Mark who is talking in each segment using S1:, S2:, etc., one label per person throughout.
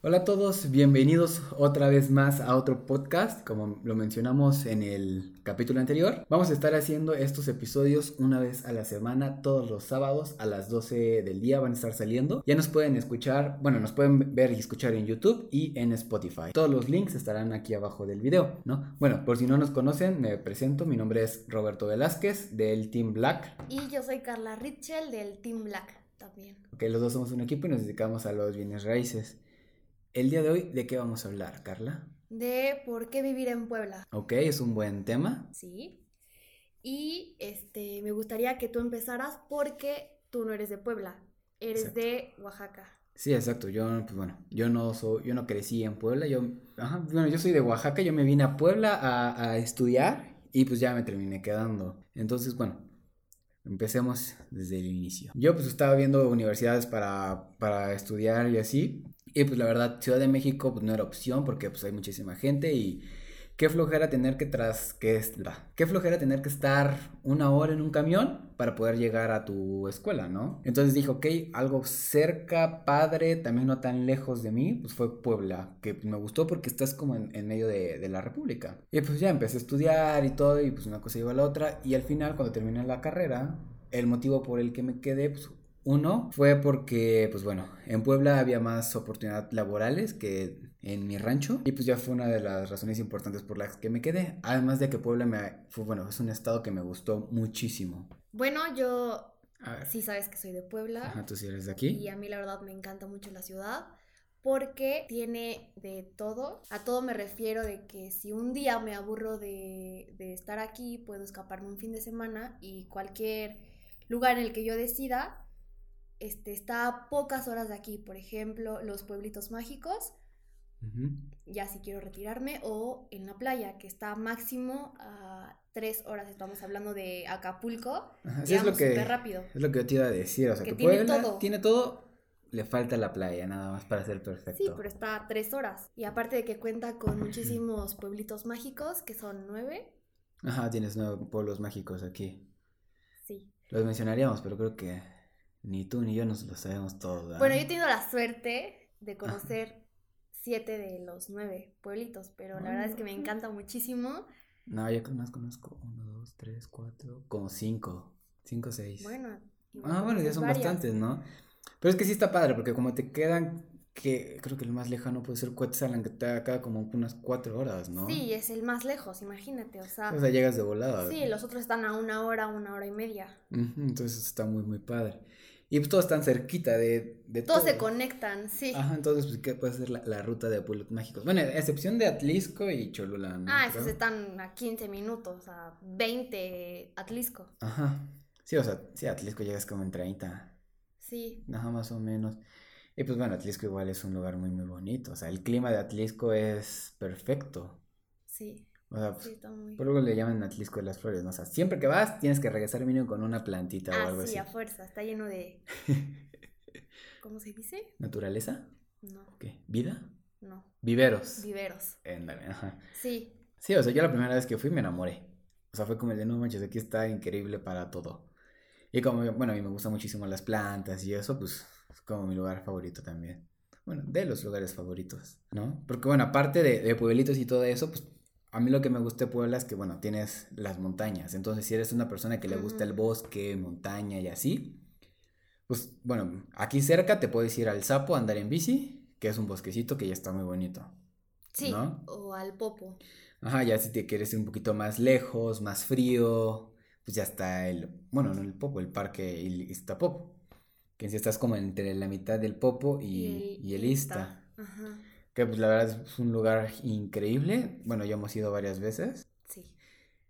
S1: Hola a todos, bienvenidos otra vez más a otro podcast. Como lo mencionamos en el capítulo anterior, vamos a estar haciendo estos episodios una vez a la semana, todos los sábados a las 12 del día van a estar saliendo. Ya nos pueden escuchar, bueno, nos pueden ver y escuchar en YouTube y en Spotify. Todos los links estarán aquí abajo del video, ¿no? Bueno, por si no nos conocen, me presento, mi nombre es Roberto Velázquez del Team Black.
S2: Y yo soy Carla Richel del Team Black también.
S1: Ok, los dos somos un equipo y nos dedicamos a los bienes raíces. El día de hoy, ¿de qué vamos a hablar, Carla?
S2: De por qué vivir en Puebla.
S1: Ok, es un buen tema.
S2: Sí. Y este, me gustaría que tú empezaras porque tú no eres de Puebla, eres
S1: Exacto.
S2: de Oaxaca.
S1: Sí, exacto. Yo, pues bueno, yo no soy, yo no crecí en Puebla. Yo, ajá, bueno, yo soy de Oaxaca. Yo me vine a Puebla a, a estudiar y pues ya me terminé quedando. Entonces, bueno, empecemos desde el inicio. Yo pues estaba viendo universidades para, para estudiar y así. Y pues la verdad, Ciudad de México pues, no era opción porque pues hay muchísima gente y qué flojera tener que tras que es- bah, qué flojera tener que estar una hora en un camión para poder llegar a tu escuela, ¿no? Entonces dije, ok, algo cerca, padre, también no tan lejos de mí, pues fue Puebla, que me gustó porque estás como en, en medio de, de la República. Y pues ya empecé a estudiar y todo, y pues una cosa lleva a la otra, y al final cuando terminé la carrera, el motivo por el que me quedé, pues uno fue porque, pues bueno, en Puebla había más oportunidades laborales que en mi rancho y pues ya fue una de las razones importantes por las que me quedé. Además de que Puebla me fue, bueno, es un estado que me gustó muchísimo.
S2: Bueno, yo
S1: A ver,
S2: sí sabes que soy de Puebla
S1: ajá, tú sí eres de
S2: y
S1: aquí.
S2: a mí la verdad me encanta mucho la ciudad porque tiene de todo. A todo me refiero de que si un día me aburro de, de estar aquí, puedo escaparme un fin de semana y cualquier lugar en el que yo decida este, está a pocas horas de aquí. Por ejemplo, los pueblitos mágicos,
S1: Ujú.
S2: ya si quiero retirarme, o en la playa, que está máximo a tres horas. Estamos hablando de Acapulco.
S1: Ajá, sí, es lo
S2: Llegamos
S1: que
S2: súper rápido.
S1: es lo que yo te iba a decir, o sea, que,
S2: Que tiene
S1: Puebla
S2: todo.
S1: tiene todo, le falta la playa nada más para ser perfecto.
S2: Sí, pero está a tres horas. Y aparte de que cuenta con muchísimos pueblitos mágicos, que son nueve.
S1: Ajá, tienes nueve pueblos mágicos aquí.
S2: Sí.
S1: Los mencionaríamos, pero creo que ni tú ni yo nos lo sabemos todos. ¿verdad?
S2: Bueno, yo he tenido la suerte de conocer siete de los nueve pueblitos, pero la verdad es que
S1: Ah.
S2: me encanta muchísimo.
S1: No, yo más conozco uno, dos, tres, cuatro, como cinco, cinco, seis.
S2: Bueno. igual
S1: ah, bueno, ya
S2: conoces
S1: son
S2: varias.
S1: bastantes, ¿no? Pero es que sí está padre, porque como te quedan, que creo que el más lejano puede ser Cuetzalan, que te acá como unas cuatro horas, ¿no? Pues
S2: Sí, es el más lejos, imagínate, o sea.
S1: O sea, llegas de volada.
S2: Sí, los otros están a una hora, una hora y media.
S1: Ujú, entonces está muy, muy padre. Y pues todos están cerquita de, de
S2: Todos se
S1: todo.
S2: conectan, sí.
S1: Ajá, entonces, pues, ¿qué puede ser la, la ruta de pueblos mágicos? Bueno, a excepción de Atlisco y Cholula, ¿no?
S2: Ah,
S1: Creo.
S2: esos están a 15 minutos, a 20 Atlisco.
S1: Ajá. Sí, o sea, sí, a Atlisco llegas como en 30.
S2: Sí,
S1: Ajá, más o menos. Y pues bueno, Atlisco igual es un lugar muy, muy bonito. O sea, el clima de Atlisco es perfecto.
S2: sí,
S1: O sea, pues,
S2: sí, está muy.
S1: por algo le llaman Atlisco de las Flores, ¿no? O sea, siempre que vas tienes que regresar mínimo con una plantita o
S2: Ah,
S1: algo
S2: sí, a
S1: así.
S2: fuerza, está lleno de. ¿Cómo se dice?
S1: ¿Naturaleza?
S2: No,
S1: ¿Qué? ¿Vida?
S2: no.
S1: Viveros.
S2: Viveros.
S1: Ándale, ajá.
S2: Sí,
S1: Sí, o sea, yo la primera vez que fui me enamoré. O sea, fue como el de no manches, aquí está increíble para todo. Y como, bueno, a mí me gustan muchísimo las plantas y eso, pues es como mi lugar favorito también. Bueno, de los lugares favoritos, ¿no? Porque bueno, aparte de, de pueblitos y todo eso, pues a mí lo que me gusta de Puebla es que, bueno, tienes las montañas. Entonces, si eres una persona que le gusta el
S2: Ujú.
S1: bosque, montaña y así, pues bueno, aquí cerca te puedes ir al Sapo a andar en bici, que es un bosquecito que ya está muy bonito.
S2: sí.
S1: ¿No?
S2: O al popo.
S1: Ajá, ya si te quieres ir un poquito más lejos, más frío, pues ya está el, bueno, no el Popo, el parque el Iztapopo, que en sí estás como entre la mitad del Popo y, y el Ista,
S2: Ista. Ajá.
S1: que pues la verdad es un lugar increíble, bueno, ya hemos ido varias veces
S2: Sí.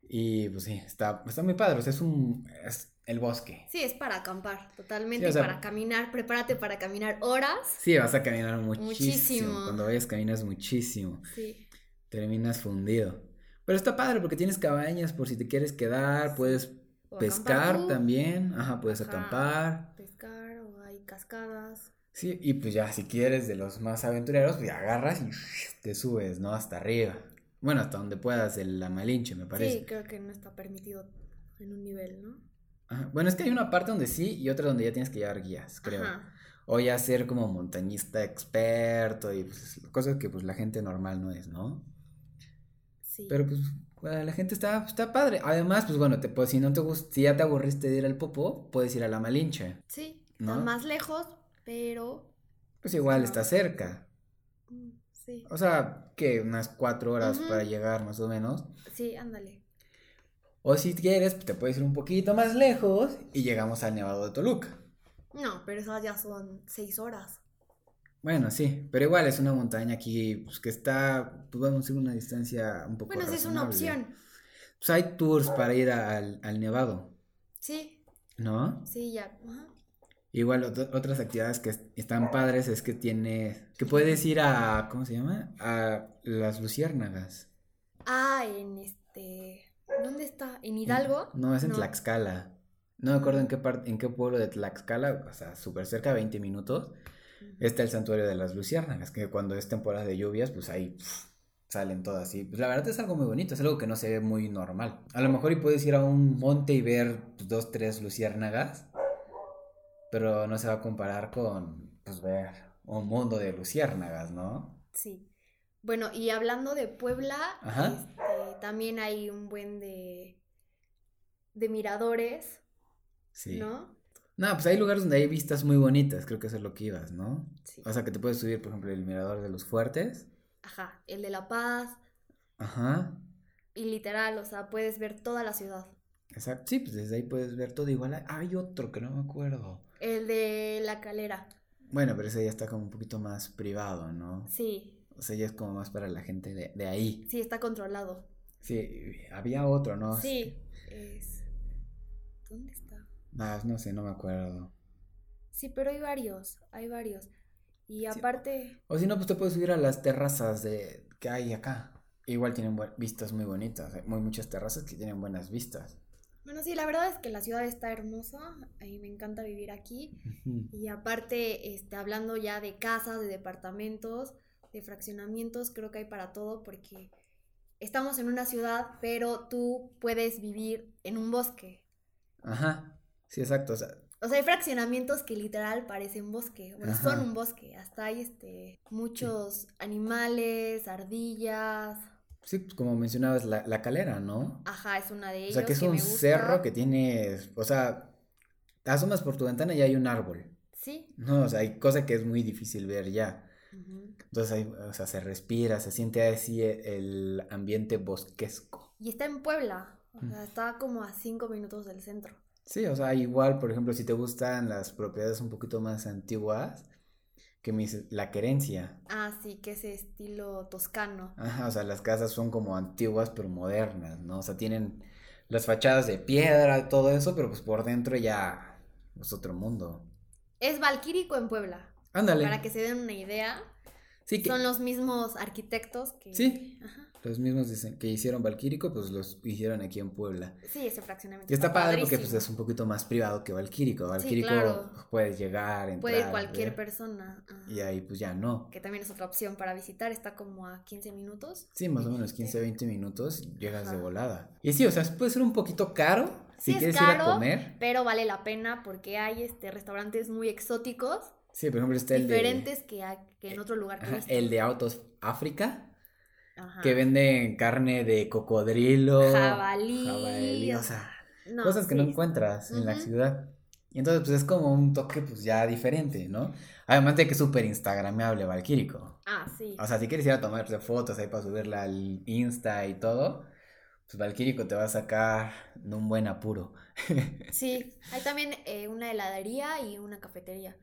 S1: y pues sí, está, está muy padre, o sea, es un, es el bosque.
S2: Sí, es para acampar, totalmente.
S1: Sí, o sea-
S2: para caminar, prepárate para caminar horas.
S1: Sí, vas a caminar muchísimo,
S2: Muchísimo.
S1: cuando vayas caminas muchísimo.
S2: Sí.
S1: terminas fundido. Pero está padre porque tienes cabañas por si te quieres quedar, puedes
S2: O acampar
S1: pescar
S2: tú.
S1: también, ajá, puedes
S2: Ajá.
S1: acampar.
S2: Pescar o hay cascadas.
S1: Sí, y pues ya si quieres de los más aventureros, pues ya agarras y te subes, ¿no? Hasta arriba. Bueno, hasta donde puedas, de la Malinche, me parece.
S2: Sí, creo que no está permitido en un nivel, ¿no?
S1: Ajá. Bueno, es que hay una parte donde sí y otra donde ya tienes que llevar guías, creo.
S2: Ajá.
S1: O ya ser como montañista experto y pues, cosas que pues la gente normal no es, ¿no?
S2: Sí.
S1: Pero pues bueno, la gente está, está padre. Además, pues bueno, te, pues, si no te gusta, si ya te aburriste de ir al Popo, puedes ir a la Malinche.
S2: sí,
S1: ¿no?
S2: está más lejos, pero
S1: Pues igual
S2: Ah.
S1: está cerca.
S2: mm, sí.
S1: O sea, que unas cuatro horas
S2: Ujú.
S1: para llegar más o menos.
S2: Sí, ándale.
S1: O si quieres, pues, te puedes ir un poquito más lejos y llegamos al Nevado de Toluca.
S2: No, pero esas ya son seis horas.
S1: Bueno, sí, pero igual es una montaña aquí pues, que está, pues vamos a decir, una distancia un poco
S2: Bueno, esa es una
S1: razonable.
S2: opción.
S1: Pues hay tours para ir a- al, al Nevado,
S2: Sí,
S1: ¿no?
S2: sí, ya. ajá.
S1: Igual ot- otras actividades que est- están padres es que tienes, que puedes ir a, ¿cómo se llama? A las luciérnagas.
S2: Ah, en este. ¿Dónde está? ¿En Hidalgo?
S1: No, es en
S2: No.
S1: Tlaxcala. No me acuerdo en qué parte, en qué pueblo de Tlaxcala, o sea, súper cerca, 20 minutos, está el santuario de las luciérnagas, que cuando es temporada de lluvias, pues ahí pf, salen todas. Y pues, la verdad es algo muy bonito, es algo que no se ve muy normal. A lo mejor y puedes ir a un monte y ver pues, dos, tres luciérnagas, pero no se va a comparar con, pues, ver un mundo de luciérnagas, ¿no?
S2: Sí. Bueno, y hablando de Puebla,
S1: Ajá.
S2: este, también hay un buen de, de miradores,
S1: Sí. No,
S2: ¿no?
S1: pues hay lugares donde hay vistas muy bonitas, creo que eso es lo que ibas, ¿no?
S2: Sí.
S1: O sea, que te puedes subir, por ejemplo, el mirador de los fuertes.
S2: Ajá, el de La Paz,
S1: Ajá.
S2: y literal, o sea, puedes ver toda la ciudad.
S1: Exacto. Sí, pues desde ahí puedes ver todo. Igual hay- hay otro que no me acuerdo.
S2: El de La Calera,
S1: Bueno, pero ese ya está como un poquito más privado, ¿no?
S2: sí,
S1: O sea, ya es como más para la gente de, de ahí.
S2: sí, está controlado.
S1: Sí, había otro, ¿no?
S2: Sí, es... ¿Dónde está?
S1: Ah, no sé, no me acuerdo.
S2: Sí, pero hay varios, hay varios. Y aparte,
S1: O si no, pues te puedes subir a las terrazas de que hay acá. Igual tienen buen- vistas muy bonitas. Hay muy muchas terrazas que tienen buenas vistas.
S2: bueno, sí, la verdad es que la ciudad está hermosa, a mí me encanta vivir aquí.
S1: Ujú.
S2: Y aparte, este, hablando ya de casas, de departamentos, de fraccionamientos, creo que hay para todo porque estamos en una ciudad, pero tú puedes vivir en un bosque.
S1: Ajá. Sí, exacto. O sea,
S2: O sea, hay fraccionamientos que literal parecen bosque, bueno,
S1: Ajá.
S2: son un bosque. Hasta hay este, muchos animales, ardillas.
S1: sí, pues como mencionabas, la, la calera, ¿no?
S2: Ajá, es una de
S1: O
S2: ellos.
S1: sea, que es
S2: me
S1: un
S2: gusta.
S1: cerro que tiene, o sea, asomas por tu ventana y hay un árbol,
S2: Sí.
S1: ¿no? O sea, hay cosa que es muy difícil ver ya.
S2: Ujú.
S1: Entonces, ahí, o sea, se respira, se siente así e- el ambiente bosquesco.
S2: Y está en Puebla. O
S1: Mm.
S2: sea, está como a cinco minutos del centro.
S1: Sí, o sea, igual, por ejemplo, si te gustan las propiedades un poquito más antiguas, que mis, la querencia.
S2: Ah, sí, que es estilo toscano.
S1: Ajá, o sea, las casas son como antiguas pero modernas, ¿no? O sea, tienen las fachadas de piedra, todo eso, pero pues por dentro ya es otro mundo.
S2: Es Valquírico en Puebla.
S1: Ándale.
S2: Para que se den una idea,
S1: sí, que...
S2: son los mismos arquitectos que.
S1: Sí.
S2: Ajá.
S1: Los mismos dicen- que hicieron Valquírico, pues los hicieron aquí en Puebla.
S2: Sí, ese
S1: Y
S2: fraccionamiento.
S1: está padre porque pues,
S2: Ah, padrísimo.
S1: es un poquito más privado que Valquírico. Valquírico
S2: claro.
S1: puedes llegar, entrar.
S2: Puede ir cualquier
S1: ver,
S2: persona. ajá.
S1: Y ahí pues ya no.
S2: Que también es otra opción para visitar. Está como a 15 minutos.
S1: Sí, más o
S2: ¿Me
S1: menos 15, 20 minutos llegas de
S2: Ajá.
S1: volada. Y sí, o sea, puede ser un poquito caro si
S2: Sí, es
S1: quieres ir a
S2: caro.
S1: comer.
S2: Pero vale la pena porque hay este restaurantes muy exóticos,
S1: Sí, por ejemplo, está el de, eh,
S2: diferentes que, a- que en otro lugar
S1: ajá,
S2: turístico.
S1: el de Autos África,
S2: Ajá.
S1: que venden carne de cocodrilo,
S2: Jabalí,
S1: jabalí, o
S2: o
S1: sea,
S2: No,
S1: cosas que no
S2: sí,
S1: encuentras en la
S2: Ujú.
S1: ciudad. Y entonces, pues es como un toque, pues ya diferente, ¿no? Además de que es súper instagramable, Valquírico.
S2: Ah, sí.
S1: O sea, si quieres ir a tomarte fotos ahí para subirla al Insta y todo, pues Valquírico te va a sacar de un buen apuro.
S2: Sí, hay también eh, una heladería y una cafetería.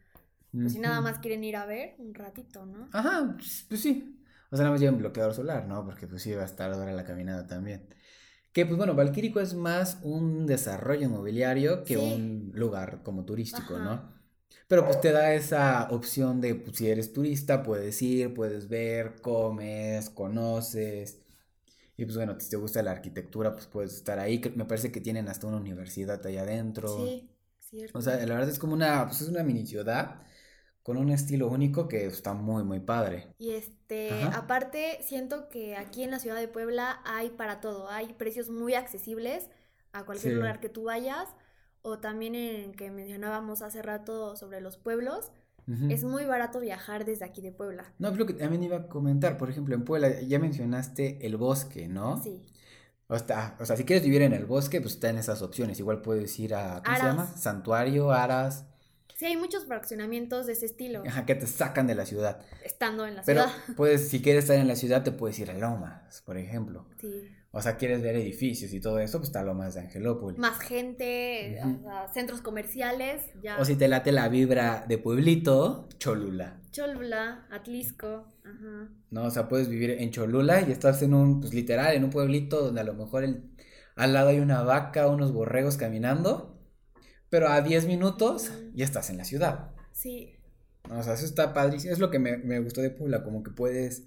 S2: Pues si nada
S1: Ujú.
S2: más quieren ir a ver, un ratito, ¿no?
S1: Ajá, pues, pues sí. O sea, nada más lleva un bloqueador solar, ¿no? Porque pues sí, va a estar ahora la caminada también. Que pues bueno, Valquírico es más un desarrollo inmobiliario que
S2: Sí.
S1: un lugar como turístico,
S2: Ajá.
S1: ¿no? Pero pues te da esa opción de, pues, si eres turista, puedes ir, puedes ver, comes, conoces. Y pues bueno, si te gusta la arquitectura, pues puedes estar ahí. que Me parece que tienen hasta una universidad allá adentro.
S2: Sí, cierto.
S1: O sea, eh, la verdad es como una, pues es una mini ciudad con un estilo único que está muy, muy padre.
S2: Y este,
S1: Ajá.
S2: aparte, siento que aquí en la ciudad de Puebla hay para todo. Hay precios muy accesibles a cualquier
S1: Sí.
S2: lugar que tú vayas. O también en que mencionábamos hace rato sobre los pueblos,
S1: Ujú.
S2: Es muy barato viajar desde aquí de Puebla.
S1: No, es lo que también iba a comentar, por ejemplo, en Puebla ya mencionaste el bosque, ¿no?
S2: Sí.
S1: O, está- o sea, si quieres vivir en el bosque, pues están esas opciones. Igual puedes ir a, ¿cómo se
S2: Aras.
S1: llama? Santuario, Aras,
S2: Sí, hay muchos fraccionamientos de ese estilo,
S1: ajá, que te sacan de la ciudad.
S2: estando en la
S1: Pero
S2: ciudad.
S1: puedes, si quieres estar en la ciudad, te puedes ir a Lomas, por ejemplo.
S2: Sí.
S1: O sea, quieres ver edificios y todo eso, pues está Lomas de Angelópolis.
S2: Más gente,
S1: Ujú.
S2: o sea, centros comerciales, ya.
S1: O si te late la vibra de pueblito, Cholula.
S2: Cholula, Atlisco, ajá.
S1: No, o sea, puedes vivir en Cholula y estás en un, pues literal, en un pueblito donde a lo mejor el- al lado hay una vaca, unos borregos caminando, pero a 10 minutos
S2: Ujú.
S1: ya estás en la ciudad.
S2: Sí,
S1: O sea, eso está padrísimo. Es lo que me, me gustó de Puebla, como que puedes,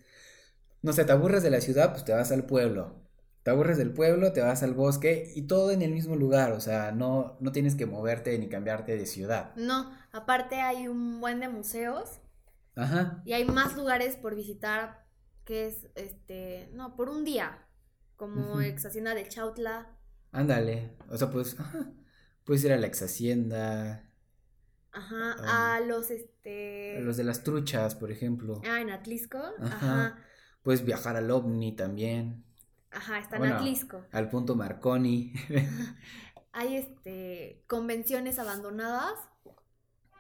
S1: no sé, te aburres de la ciudad, pues te vas al pueblo. Te aburres del pueblo, te vas al bosque y todo en el mismo lugar. O sea, no, no tienes que moverte ni cambiarte de ciudad.
S2: no, aparte hay un buen de museos
S1: Ajá.
S2: y hay más lugares por visitar que es, este, no, por un día, como
S1: Ujú.
S2: ex hacienda de Chautla,
S1: Ándale. O sea, pues, ajá, puedes ir a la ex hacienda,
S2: ajá,
S1: Ah.
S2: a los, este,
S1: a los de las truchas, por ejemplo.
S2: ah, en Atlisco,
S1: Ajá.
S2: ajá,
S1: Puedes viajar al OVNI también,
S2: ajá, está en
S1: Bueno.
S2: Atlisco.
S1: al punto Marconi.
S2: Hay, este, convenciones abandonadas,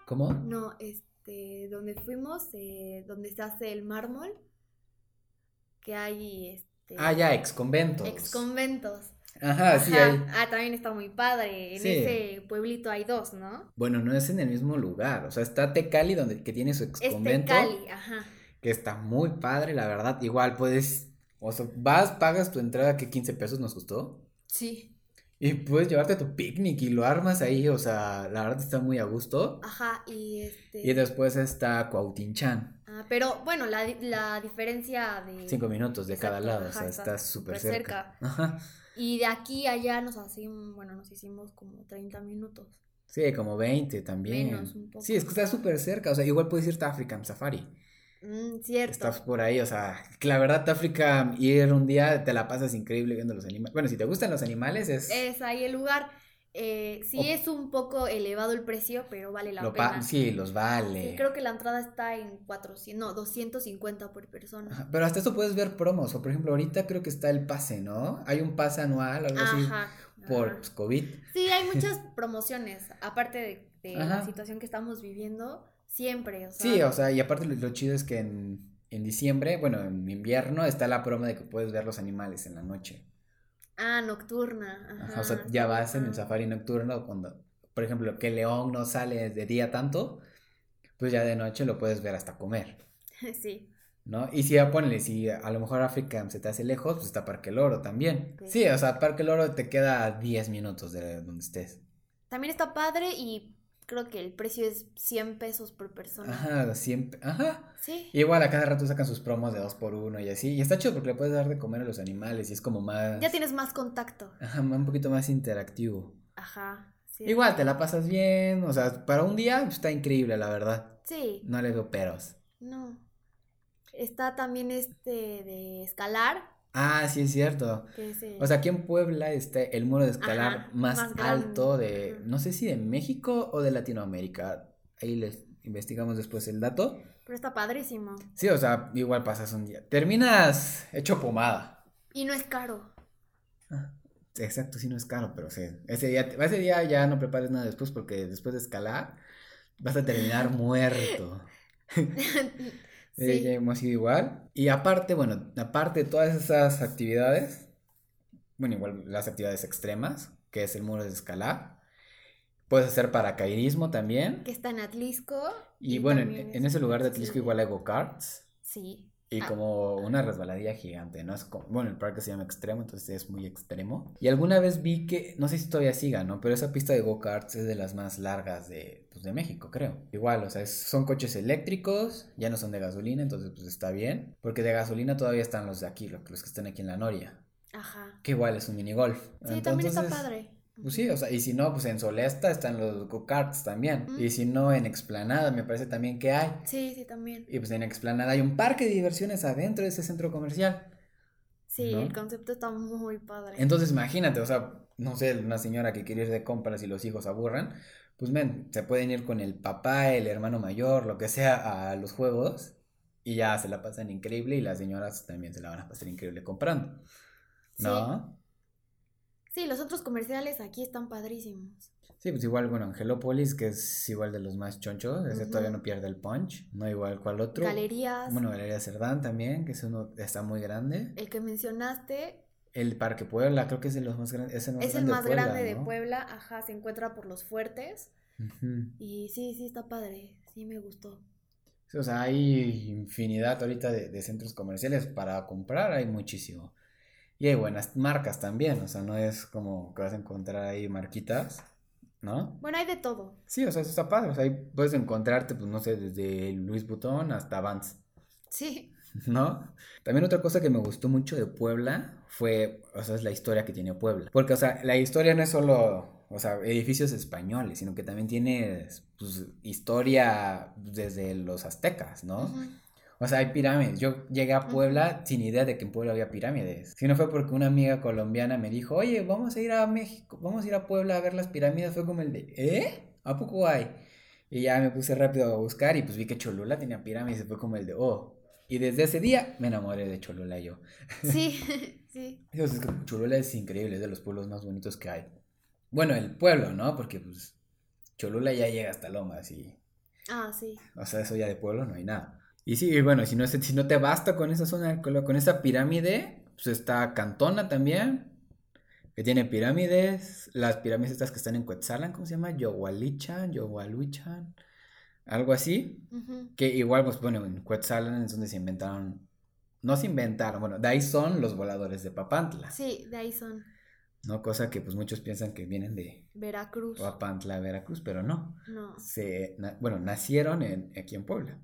S1: ¿Cómo?
S2: no, este, donde fuimos, eh, donde se hace el mármol, que hay, este,
S1: Ah, ya, ex conventos.
S2: ex conventos.
S1: Ajá, sí,
S2: Ajá.
S1: hay.
S2: Ah, también está muy padre. En
S1: Sí.
S2: ese pueblito hay dos, ¿no?
S1: Bueno, no es en el mismo lugar. O sea, está Tecali, donde, que tiene su ex
S2: Este
S1: convento,
S2: Cali, ajá.
S1: que está muy padre, la verdad. Igual puedes, o sea, vas, pagas tu entrada que 15 pesos nos costó.
S2: Sí.
S1: Y puedes llevarte tu picnic y lo armas ahí. O sea, la verdad está muy a gusto.
S2: Ajá, y este.
S1: Y después está Cuautinchan.
S2: ah, pero bueno, la, di- la diferencia de.
S1: Cinco minutos de cada
S2: Exacto,
S1: lado. O
S2: ajá,
S1: sea,
S2: está
S1: está súper
S2: súper
S1: cerca. Ajá.
S2: Y de aquí a allá nos hacían, bueno, nos hicimos como 30 minutos.
S1: Sí, como 20 también.
S2: Menos, un poco.
S1: Sí, es que está súper cerca. O sea, igual puedes irte a African Safari.
S2: Mm, cierto.
S1: Estás por ahí, o sea, que la verdad, África, ir un día te la pasas increíble viendo los animales. Bueno, si te gustan los animales, es.
S2: Es ahí el lugar. Eh, sí
S1: Oh.
S2: es un poco elevado el precio, pero vale la
S1: lo pa-
S2: pena.
S1: sí, los vale.
S2: Sí, creo que la entrada está en 400, no, 250 por persona.
S1: Ajá, Pero hasta eso puedes ver promos. O por ejemplo, ahorita creo que está el pase, ¿no? Hay un pase anual, algo así,
S2: Ajá.
S1: por
S2: ajá.
S1: pues, COVID.
S2: Sí, hay muchas promociones, aparte de, de la
S1: Ajá.
S2: situación que estamos viviendo, siempre, o sea,
S1: Sí, o sea, y aparte lo, lo chido es que en, en diciembre, bueno, en invierno, está la promo de que puedes ver los animales en la noche.
S2: ah, nocturna,
S1: Ajá,
S2: ajá,
S1: o sea, ya vas en el
S2: ajá.
S1: safari nocturno cuando, por ejemplo, que el león no sale de día tanto, pues ya de noche lo puedes ver hasta comer.
S2: Sí,
S1: ¿No? Y si ya ponle, si a lo mejor África se te hace lejos, pues está Parque Loro también.
S2: Ok.
S1: Sí, o sea, Parque Loro te queda a 10 minutos de donde estés.
S2: también está padre y creo que el precio es 100 pesos por persona.
S1: Ajá, siempre. Ajá.
S2: Sí,
S1: Igual a cada rato sacan sus promos de 2 por 1 y así. Y está chido porque le puedes dar de comer a los animales y es como más.
S2: ya tienes más contacto.
S1: Ajá, un poquito más interactivo.
S2: Ajá, sí.
S1: Igual te la pasas bien, o sea, para un día pues, está increíble, la verdad.
S2: Sí,
S1: No le veo peros.
S2: no. Está también este de escalar,
S1: Ah, sí, es cierto.
S2: que es el-
S1: O sea, aquí en Puebla está el muro de escalar
S2: Ajá,
S1: más,
S2: más grande,
S1: alto de,
S2: ajá.
S1: no sé si de México o de Latinoamérica. Ahí les investigamos después el dato.
S2: pero está padrísimo.
S1: Sí, o sea, igual pasas un día. Terminas hecho pomada.
S2: Y no es caro.
S1: Exacto, sí, no es caro, pero sí. Ese día, ese día ya no prepares nada después porque después de escalar vas a terminar muerto. Eh, ya
S2: sí,
S1: hemos ido igual. Y aparte, bueno, aparte de todas esas actividades, bueno, igual las actividades extremas, que es el muro de escalar, puedes hacer paracaidismo también.
S2: que está en Atlisco.
S1: Y, bueno, en,
S2: también
S1: en
S2: es-
S1: ese lugar de Atlisco
S2: sí.
S1: igual hay go-karts
S2: Sí.
S1: y
S2: Ah.
S1: como una resbaladilla gigante, ¿no? Es como- bueno, el parque se llama Extremo, entonces es muy extremo. Y alguna vez vi que, no sé si todavía siga, ¿no? Pero esa pista de go-karts es de las más largas de, pues, de México, creo. Igual, o sea, es- son coches eléctricos, ya no son de gasolina, entonces pues está bien. Porque de gasolina todavía están los de aquí, los, los que están aquí en la Noria.
S2: Ajá.
S1: Que igual es un minigolf.
S2: Sí, también está
S1: Entonces,
S2: padre.
S1: Pues sí, o sea, y si no, pues en Solesta están los go-karts también.
S2: Mm.
S1: Y si no, en Explanada me parece también que hay.
S2: Sí, sí, también.
S1: Y pues en Explanada hay un parque de diversiones adentro de ese centro comercial.
S2: Sí,
S1: ¿no?
S2: el concepto está muy padre.
S1: Entonces imagínate, o sea, no sé, una señora que quiere ir de compras y los hijos aburran, pues men, se pueden ir con el papá, el hermano mayor, lo que sea, a los juegos y ya se la pasan increíble y las señoras también se la van a pasar increíble comprando. ¿No?
S2: Sí, los otros comerciales aquí están padrísimos.
S1: Sí, pues igual, bueno, Angelópolis, que es igual de los más chonchos, ese
S2: Ujú.
S1: todavía no pierde el punch, no igual cual otro.
S2: Galerías,
S1: Bueno, Galería Cerdán también, que es uno, está muy grande.
S2: el que mencionaste,
S1: El Parque Puebla, creo que es de los más grandes. Es el más
S2: es el
S1: grande
S2: más
S1: de Puebla,
S2: grande de
S1: ¿no?
S2: Puebla, ajá, se encuentra por los fuertes.
S1: Ujú.
S2: Y sí, sí, está padre, sí me gustó.
S1: Sí, O sea, hay infinidad ahorita de, de centros comerciales para comprar, hay muchísimo. Y hay buenas marcas también, o sea, no es como que vas a encontrar ahí marquitas, ¿no?
S2: Bueno, hay de todo.
S1: Sí, o sea, eso está padre, o sea, ahí puedes encontrarte, pues no sé, desde Luis Butón hasta Vans,
S2: Sí,
S1: ¿no? También otra cosa que me gustó mucho de Puebla fue, o sea, es la historia que tiene Puebla. Porque, o sea, la historia no es solo, o sea, edificios españoles, sino que también tiene, pues, historia desde los aztecas, ¿no?
S2: ujú,
S1: O sea, hay pirámides. Yo llegué a Puebla sin idea de que en Puebla había pirámides. Si no fue porque una amiga colombiana me dijo, oye, vamos a ir a México, vamos a ir a Puebla a ver las pirámides. Fue como el de, ¿eh? ¿A poco hay? Y ya me puse rápido a buscar y pues vi que Cholula tenía pirámides. Fue como el de, oh. Y desde ese día me enamoré de Cholula yo.
S2: sí, sí.
S1: Dios, es que Cholula es increíble, es de los pueblos más bonitos que hay. Bueno, el pueblo, ¿no? Porque pues Cholula ya llega hasta Lomas y
S2: Ah, sí.
S1: o sea, eso ya de pueblo no hay nada. Y sí, y bueno, si no, se- si no te basta con esa zona, con, la- con esa pirámide, pues está Cantona también, que tiene pirámides. Las pirámides estas que están en Coetzalan, ¿cómo se llama? Yowalichan, Yowaluchan, algo así.
S2: ujú.
S1: Que igual, pues bueno, en Coetzalan es donde se inventaron, no se inventaron, bueno, de ahí son los voladores de Papantla,
S2: Sí, de ahí son.
S1: ¿no? Cosa que pues muchos piensan que vienen de
S2: Veracruz.
S1: Papantla, Veracruz, pero no.
S2: No.
S1: Se, na- bueno, nacieron en, aquí en Puebla.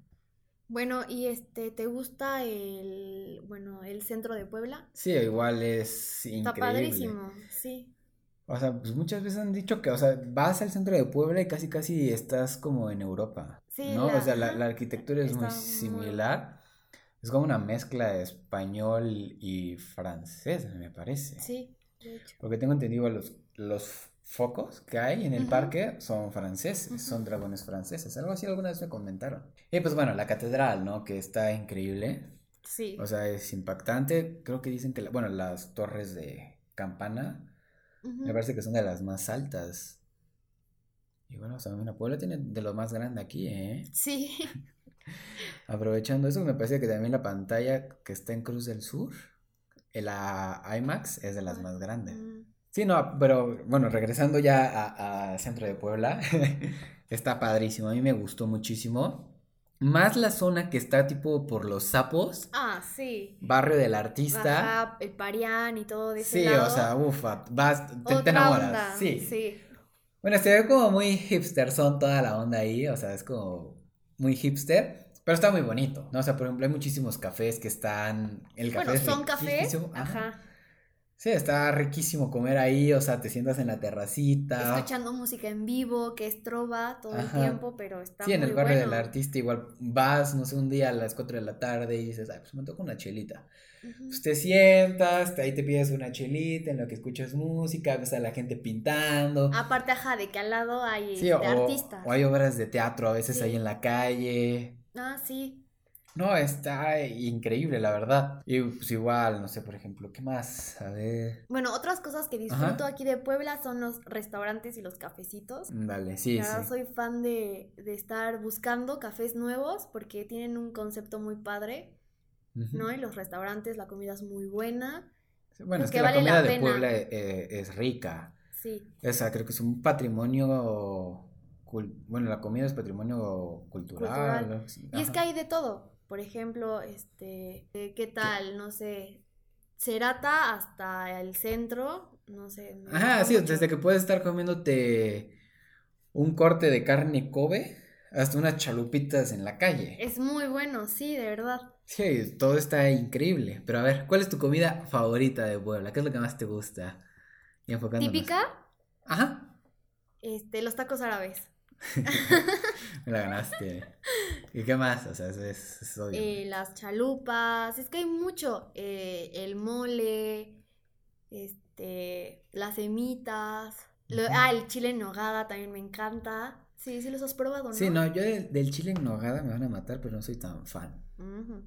S2: Bueno, y este, ¿te gusta el, bueno, el centro de Puebla?
S1: Sí, igual es increíble.
S2: Está padrísimo, sí.
S1: O sea, pues muchas veces han dicho que, o sea, vas al centro de Puebla y casi casi estás como en Europa,
S2: Sí,
S1: ¿no? O
S2: la-
S1: sea, la,
S2: ajá.
S1: la arquitectura es muy
S2: Está muy-
S1: similar. Es como una mezcla de español y francés, me parece.
S2: Sí, de hecho.
S1: Porque tengo entendido los, los focos que hay en el
S2: Ujú.
S1: parque son franceses,
S2: Ujú.
S1: son dragones franceses. Algo así alguna vez me comentaron. Y pues bueno, la catedral, ¿no? Que está increíble.
S2: Sí.
S1: O sea, es impactante. Creo que dicen que, la- bueno, las torres de campana
S2: ujú.
S1: me parece que son de las más altas. Y bueno, o sea, mira, Puebla tiene de lo más grande aquí, ¿eh?
S2: Sí,
S1: Aprovechando eso, me parece que también la pantalla que está en Cruz del Sur, eh, la IMAX, es de las
S2: Ah,
S1: más grandes.
S2: mm,
S1: Sí, no, pero bueno, regresando ya a- al centro de Puebla, está padrísimo. A mí me gustó muchísimo. Más la zona que está tipo por los sapos,
S2: Ah, sí.
S1: barrio del artista.
S2: Baja el Parián y todo de ese
S1: Sí,
S2: lado.
S1: o sea, ufa, vas, te- te,
S2: Otra
S1: enamoras.
S2: onda,
S1: Sí.
S2: sí.
S1: Bueno, se ve como muy hipster, son toda la onda ahí, o sea, es como muy hipster, pero está muy bonito, ¿no? O sea, por ejemplo, hay muchísimos cafés que están. El café
S2: Bueno,
S1: es
S2: son cafés,
S1: riquísimo, ajá.
S2: ajá,
S1: Sí, está riquísimo comer ahí, o sea, te sientas en la terracita.
S2: escuchando música en vivo, que es trova todo
S1: Ajá.
S2: el tiempo, pero está
S1: Sí, en
S2: muy
S1: el barrio
S2: bueno.
S1: del artista igual vas, no sé, un día a las 4 de la tarde y dices, ay, pues me toca una chelita.
S2: Ujú.
S1: Pues te sientas, te- ahí te pides una chelita, en lo que escuchas música, ves a la gente pintando.
S2: Aparte, ajá, de que al lado hay
S1: Sí,
S2: este,
S1: o,
S2: artistas.
S1: o hay obras de teatro a veces
S2: Sí.
S1: ahí en la calle.
S2: Ah, sí.
S1: No, está increíble, la verdad. Y pues igual, no sé, por ejemplo, ¿qué más? A ver.
S2: Bueno, otras cosas que disfruto aquí de Puebla son los restaurantes y los cafecitos.
S1: Dale, sí,
S2: La verdad,
S1: sí.
S2: soy fan de, de estar buscando cafés nuevos porque tienen un concepto muy padre,
S1: Ujú.
S2: ¿no? ¿eh? Y los restaurantes, la comida es muy buena.
S1: Bueno,
S2: pues
S1: es
S2: que
S1: que la
S2: vale la
S1: comida de
S2: pena.
S1: Puebla eh, es rica.
S2: Sí,
S1: O sea, creo que es un patrimonio. cul- Bueno, la comida es patrimonio cultural.
S2: Cultural.
S1: algo así.
S2: Y es
S1: Ajá.
S2: que hay de todo. Por ejemplo, este, eh, ¿qué tal? No sé, Cerata hasta el centro, no sé. me
S1: Ajá,
S2: gusta
S1: sí,
S2: mucho.
S1: desde que puedes estar comiéndote un corte de carne Kobe hasta unas chalupitas en la calle.
S2: Es muy bueno, sí, de verdad.
S1: Sí, todo está increíble. Pero a ver, ¿cuál es tu comida favorita de Puebla? ¿Qué es lo que más te gusta? Y enfocándonos.
S2: Típica,
S1: Ajá. pues.
S2: este, los tacos árabes,
S1: Me la ganaste. ¿Y qué más? O sea, es, es- es obvio.
S2: eh, las chalupas, es que hay mucho. eh, el mole, este, las semitas. Lo- ah, el chile en nogada también me encanta. Sí, sí los has probado, ¿no?
S1: Sí, no, yo del, del chile en nogada me van a matar, pero no soy tan fan.
S2: Ujú.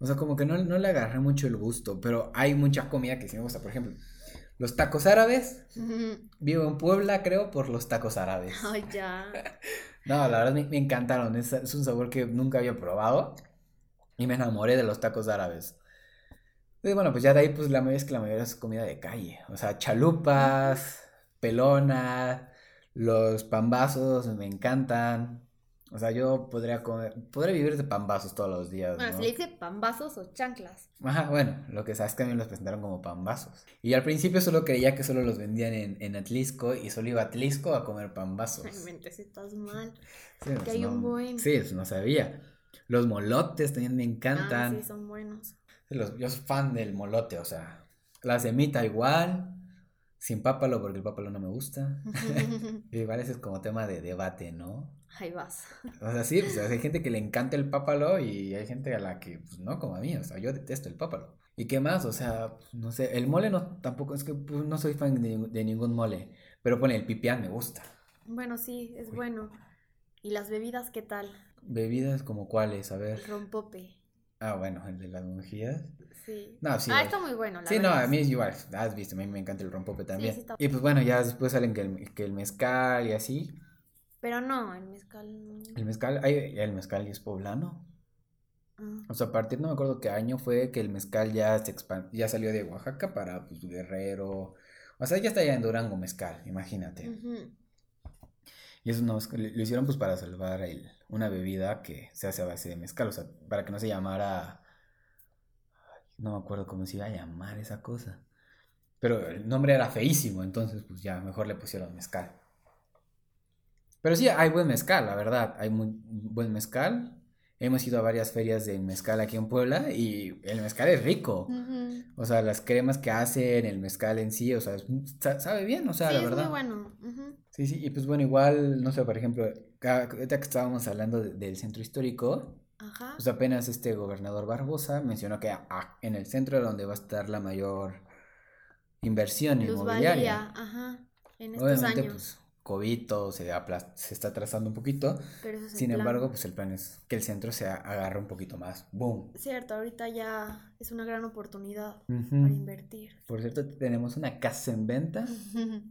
S1: O sea, como que no, no le agarré mucho el gusto, pero hay mucha comida que sí me gusta. Por ejemplo, los tacos árabes.
S2: Ujú.
S1: Vivo en Puebla, creo, por los tacos árabes.
S2: Ay, ya.
S1: No, la verdad me, me encantaron. Es, es un sabor que nunca había probado. Y me enamoré de los tacos árabes. Y bueno, pues ya de ahí, pues la mayoría es que la mayoría es comida de calle. O sea, chalupas, pelonas, los pambazos, me encantan. O sea, yo podría comer, podría vivir de pambazos todos los días,
S2: Bueno,
S1: ¿no?
S2: se le dice pambazos o chanclas.
S1: Ajá, bueno, lo que sabes que a mí me los presentaron como pambazos. Y al principio solo creía que solo los vendían en, en Atlisco y solo iba a Atlisco a comer pambazos.
S2: Ay, mente, si estás mal.
S1: Sí, pues,
S2: hay
S1: no,
S2: un buen.
S1: Sí, eso no sabía. Los molotes también me
S2: Ah,
S1: encantan.
S2: sí, son buenos.
S1: Los- yo soy fan del molote, o sea. La semita igual. Sin pápalo, porque el pápalo no me gusta. Igual ese es como tema de debate, ¿no?
S2: Ahí vas.
S1: O sea, sí, pues, hay gente que le encanta el pápalo y hay gente a la que, pues no, como a mí, o sea, yo detesto el pápalo. ¿Y qué más? O sea, no sé, el mole no, tampoco, es que pues, no soy fan de, de ningún mole, pero pone el pipián me gusta.
S2: Bueno, sí, es
S1: Uy.
S2: bueno. ¿Y las bebidas qué tal?
S1: Bebidas como cuáles, a ver.
S2: El rompope.
S1: Ah, bueno, el de las monjías.
S2: Sí.
S1: No, sí.
S2: ah,
S1: o-
S2: está muy bueno, la
S1: Sí, no,
S2: verdad.
S1: a mí igual, has visto, a mí me encanta el rompope también.
S2: sí está-
S1: Y pues bueno, ya después salen que el, que el mezcal y así.
S2: Pero no, el mezcal. no.
S1: El mezcal, ay, el mezcal es poblano.
S2: Ah.
S1: O sea, a partir no me acuerdo qué año fue que el mezcal ya se expan- ya salió de Oaxaca para pues, Guerrero. O sea, ya está ya en Durango mezcal, imagínate.
S2: Ujú.
S1: Y eso no, lo hicieron pues para salvar el, una bebida que se hace a base de mezcal, o sea, para que no se llamara... No me acuerdo cómo se iba a llamar esa cosa. Pero el nombre era feísimo, entonces pues ya mejor le pusieron mezcal. Pero sí, hay buen mezcal, la verdad, hay muy buen mezcal. Hemos ido a varias ferias de mezcal aquí en Puebla y el mezcal es rico.
S2: Ujú.
S1: O sea, las cremas que hacen, el mezcal en sí, o sea, es- sa- sabe bien, o sea,
S2: sí,
S1: la
S2: es
S1: verdad.
S2: muy bueno. Ujú.
S1: Sí, sí, y pues bueno, igual, no sé, por ejemplo, ca- ahorita que estábamos hablando de- del centro histórico,
S2: Ajá.
S1: pues apenas este gobernador Barbosa mencionó que ah, en el centro era donde va a estar la mayor inversión inmobiliaria.
S2: Plusvalía, ajá. En estos
S1: Obviamente,
S2: años.
S1: pues, Covito se, aplas- se está atrasando un poquito,
S2: pero ese es el
S1: sin
S2: plan.
S1: embargo, pues el plan es que el centro se a- agarre un poquito más. ¡Boom!
S2: Cierto, ahorita ya es una gran oportunidad
S1: Ujú.
S2: para invertir.
S1: Por cierto, tenemos una casa en venta,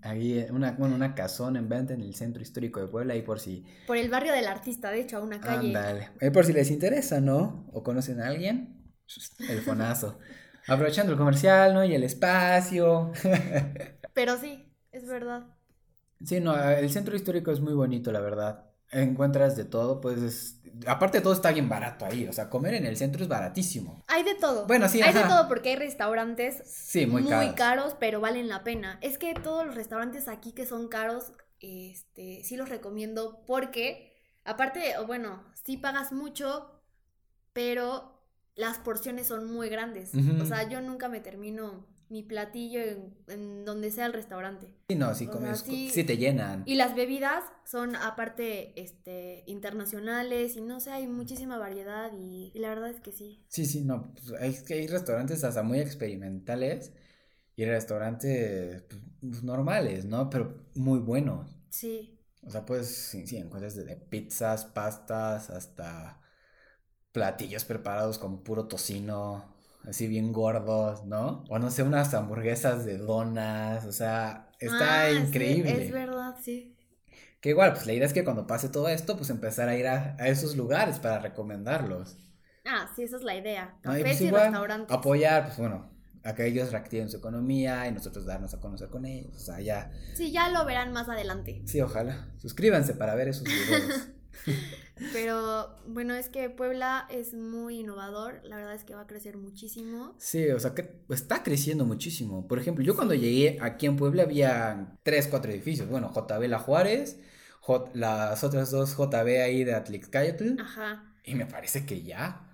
S1: ahí, eh, una, bueno, una casona en venta en el centro histórico de Puebla, y por si...
S2: Por el barrio del artista, de hecho, a una calle.
S1: Ándale. Ahí por si les interesa, ¿no? O conocen a alguien, pues, el fonazo. Aprovechando el comercial, ¿no? Y el espacio.
S2: Pero sí, es verdad.
S1: Sí, no, el centro histórico es muy bonito, la verdad. Encuentras de todo, pues es- aparte todo está bien barato ahí, o sea, comer en el centro es baratísimo.
S2: Hay de todo.
S1: Bueno, sí,
S2: hay de
S1: ajá.
S2: todo porque hay restaurantes
S1: Sí, muy, caro.
S2: pero valen la pena. Es que todos los restaurantes aquí que son caros, este, sí los recomiendo porque, aparte, o bueno, sí pagas mucho, pero las porciones son muy grandes.
S1: Ujú.
S2: O sea, yo nunca me termino mi platillo en, en donde sea el restaurante.
S1: Sí, no, sí
S2: O
S1: comes,
S2: sea, sí.
S1: sí te llenan.
S2: Y las bebidas son aparte este, internacionales y no sé, hay muchísima variedad y, y la verdad es que sí.
S1: Sí, sí, no, pues, hay- es que hay restaurantes hasta muy experimentales y restaurantes pues, normales, ¿no? Pero muy buenos.
S2: Sí.
S1: O sea, pues sí, sí, encuentras desde pizzas, pastas, hasta platillos preparados con puro tocino, así bien gordos, ¿no? O no sé, unas hamburguesas de donas, o sea, está
S2: Ah, sí,
S1: increíble.
S2: es verdad, sí.
S1: Que igual, pues la idea es que cuando pase todo esto, pues empezar a ir a, a esos lugares para recomendarlos.
S2: Ah, sí, esa es la idea.
S1: ¿no? Y
S2: Cafés
S1: pues
S2: y,
S1: igual,
S2: restaurantes.
S1: apoyar, pues bueno, a que ellos reactiven su economía y nosotros darnos a conocer con ellos, o sea, ya.
S2: Sí, ya lo verán más adelante.
S1: Sí, ojalá. Suscríbanse para ver esos videos.
S2: Pero bueno, es que Puebla es muy innovador. La verdad es que va a crecer muchísimo.
S1: Sí, o sea, que está creciendo muchísimo. Por ejemplo, yo cuando llegué aquí en Puebla había tres, cuatro edificios. Bueno, JB La Juárez, J- las otras dos JB ahí de Atlixcayatl.
S2: Ajá.
S1: Y me parece que ya.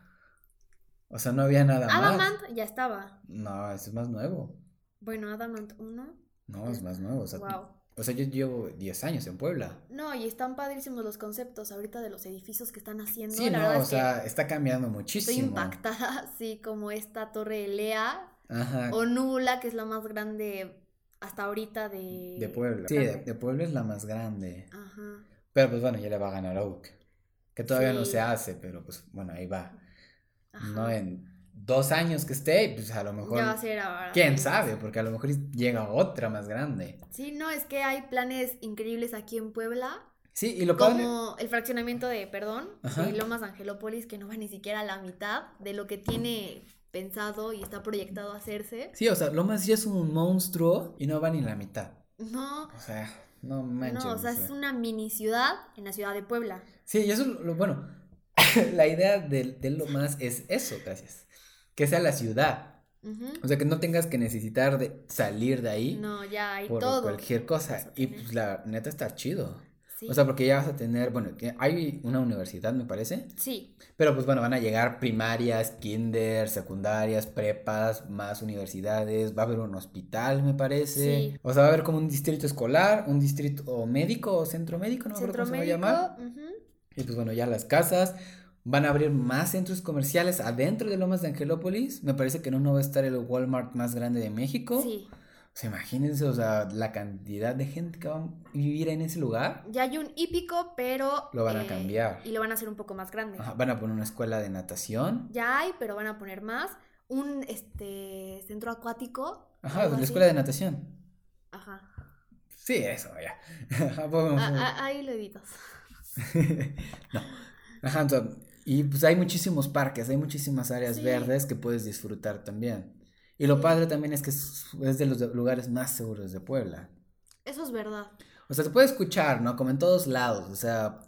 S1: O sea, no había nada más.
S2: Adamant ya estaba.
S1: No, eso es más nuevo.
S2: Bueno, Adamant 1.
S1: No, es más nuevo. O sea,
S2: Wow.
S1: o sea, yo llevo 10 años en Puebla.
S2: No, y están padrísimos los conceptos ahorita de los edificios que están haciendo.
S1: Sí,
S2: la
S1: no,
S2: verdad
S1: o
S2: es
S1: sea, está cambiando
S2: que estoy
S1: muchísimo.
S2: impactada, sí, como esta torre Elea
S1: Ajá.
S2: o Nula, que es la más grande hasta ahorita de...
S1: De Puebla.
S2: Ah.
S1: Sí, de, de Puebla es la más grande.
S2: Ajá.
S1: Pero pues bueno, ya le va a ganar a UC. Que todavía no
S2: Sí.
S1: se hace, pero pues bueno, ahí va.
S2: Ajá.
S1: No en dos años que esté, pues a lo mejor.
S2: Ya va a ser ahora.
S1: Quién sabe, porque a lo mejor llega otra más grande.
S2: Sí, no, es que hay planes increíbles aquí en Puebla,
S1: Sí, y lo padre.
S2: como el fraccionamiento de, perdón,
S1: Ajá.
S2: de Lomas Angelópolis, que no va ni siquiera a la mitad de lo que tiene pensado y está proyectado hacerse.
S1: Sí, o sea, Lomas ya es un monstruo y no va ni la mitad.
S2: No,
S1: O sea, no manches.
S2: no, o sea, es una mini ciudad en la ciudad de Puebla.
S1: Sí, y eso es lo, lo bueno. la idea de, de Lomas es eso, gracias. Que sea la ciudad.
S2: Ujú.
S1: O sea, que no tengas que necesitar de salir de ahí
S2: No, ya hay
S1: por
S2: todo.
S1: cualquier
S2: vas
S1: cosa.
S2: a
S1: Y
S2: tener.
S1: pues la neta está chido.
S2: Sí.
S1: O sea, porque ya vas a tener, bueno, que hay una universidad, me parece.
S2: sí,
S1: Pero pues bueno, van a llegar primarias, kinder, secundarias, prepas, más universidades, va a haber un hospital, me parece.
S2: Sí.
S1: O sea, va a haber como un distrito escolar, un distrito médico o centro médico, no me acuerdo
S2: centro
S1: cómo se va a
S2: médico.
S1: llamar.
S2: ujú.
S1: Y pues bueno, ya las casas. Van a abrir más centros comerciales adentro de Lomas de Angelópolis. Me parece que en uno va a estar el Walmart más grande de México.
S2: Sí,
S1: O sea, imagínense, o sea, la cantidad de gente que va a vivir en ese lugar.
S2: ya hay un hípico, pero... eh,
S1: Lo van a cambiar.
S2: Y lo van a hacer un poco más grande.
S1: Ajá, van a poner una escuela de natación.
S2: Ya hay, pero van a poner más. Un este centro acuático.
S1: Ajá,
S2: algo
S1: la
S2: así.
S1: escuela de natación.
S2: Ajá.
S1: Sí, eso, ya. Ajá, pues, podemos-
S2: Ah, ah, ahí lo editas.
S1: no. Ajá, entonces, y pues hay muchísimos parques, hay muchísimas áreas
S2: Sí.
S1: verdes que puedes disfrutar también. Y lo
S2: Sí.
S1: padre también es que es es de los lugares más seguros de Puebla.
S2: Eso es verdad.
S1: O sea, se puede escuchar, ¿no? Como en todos lados, o sea,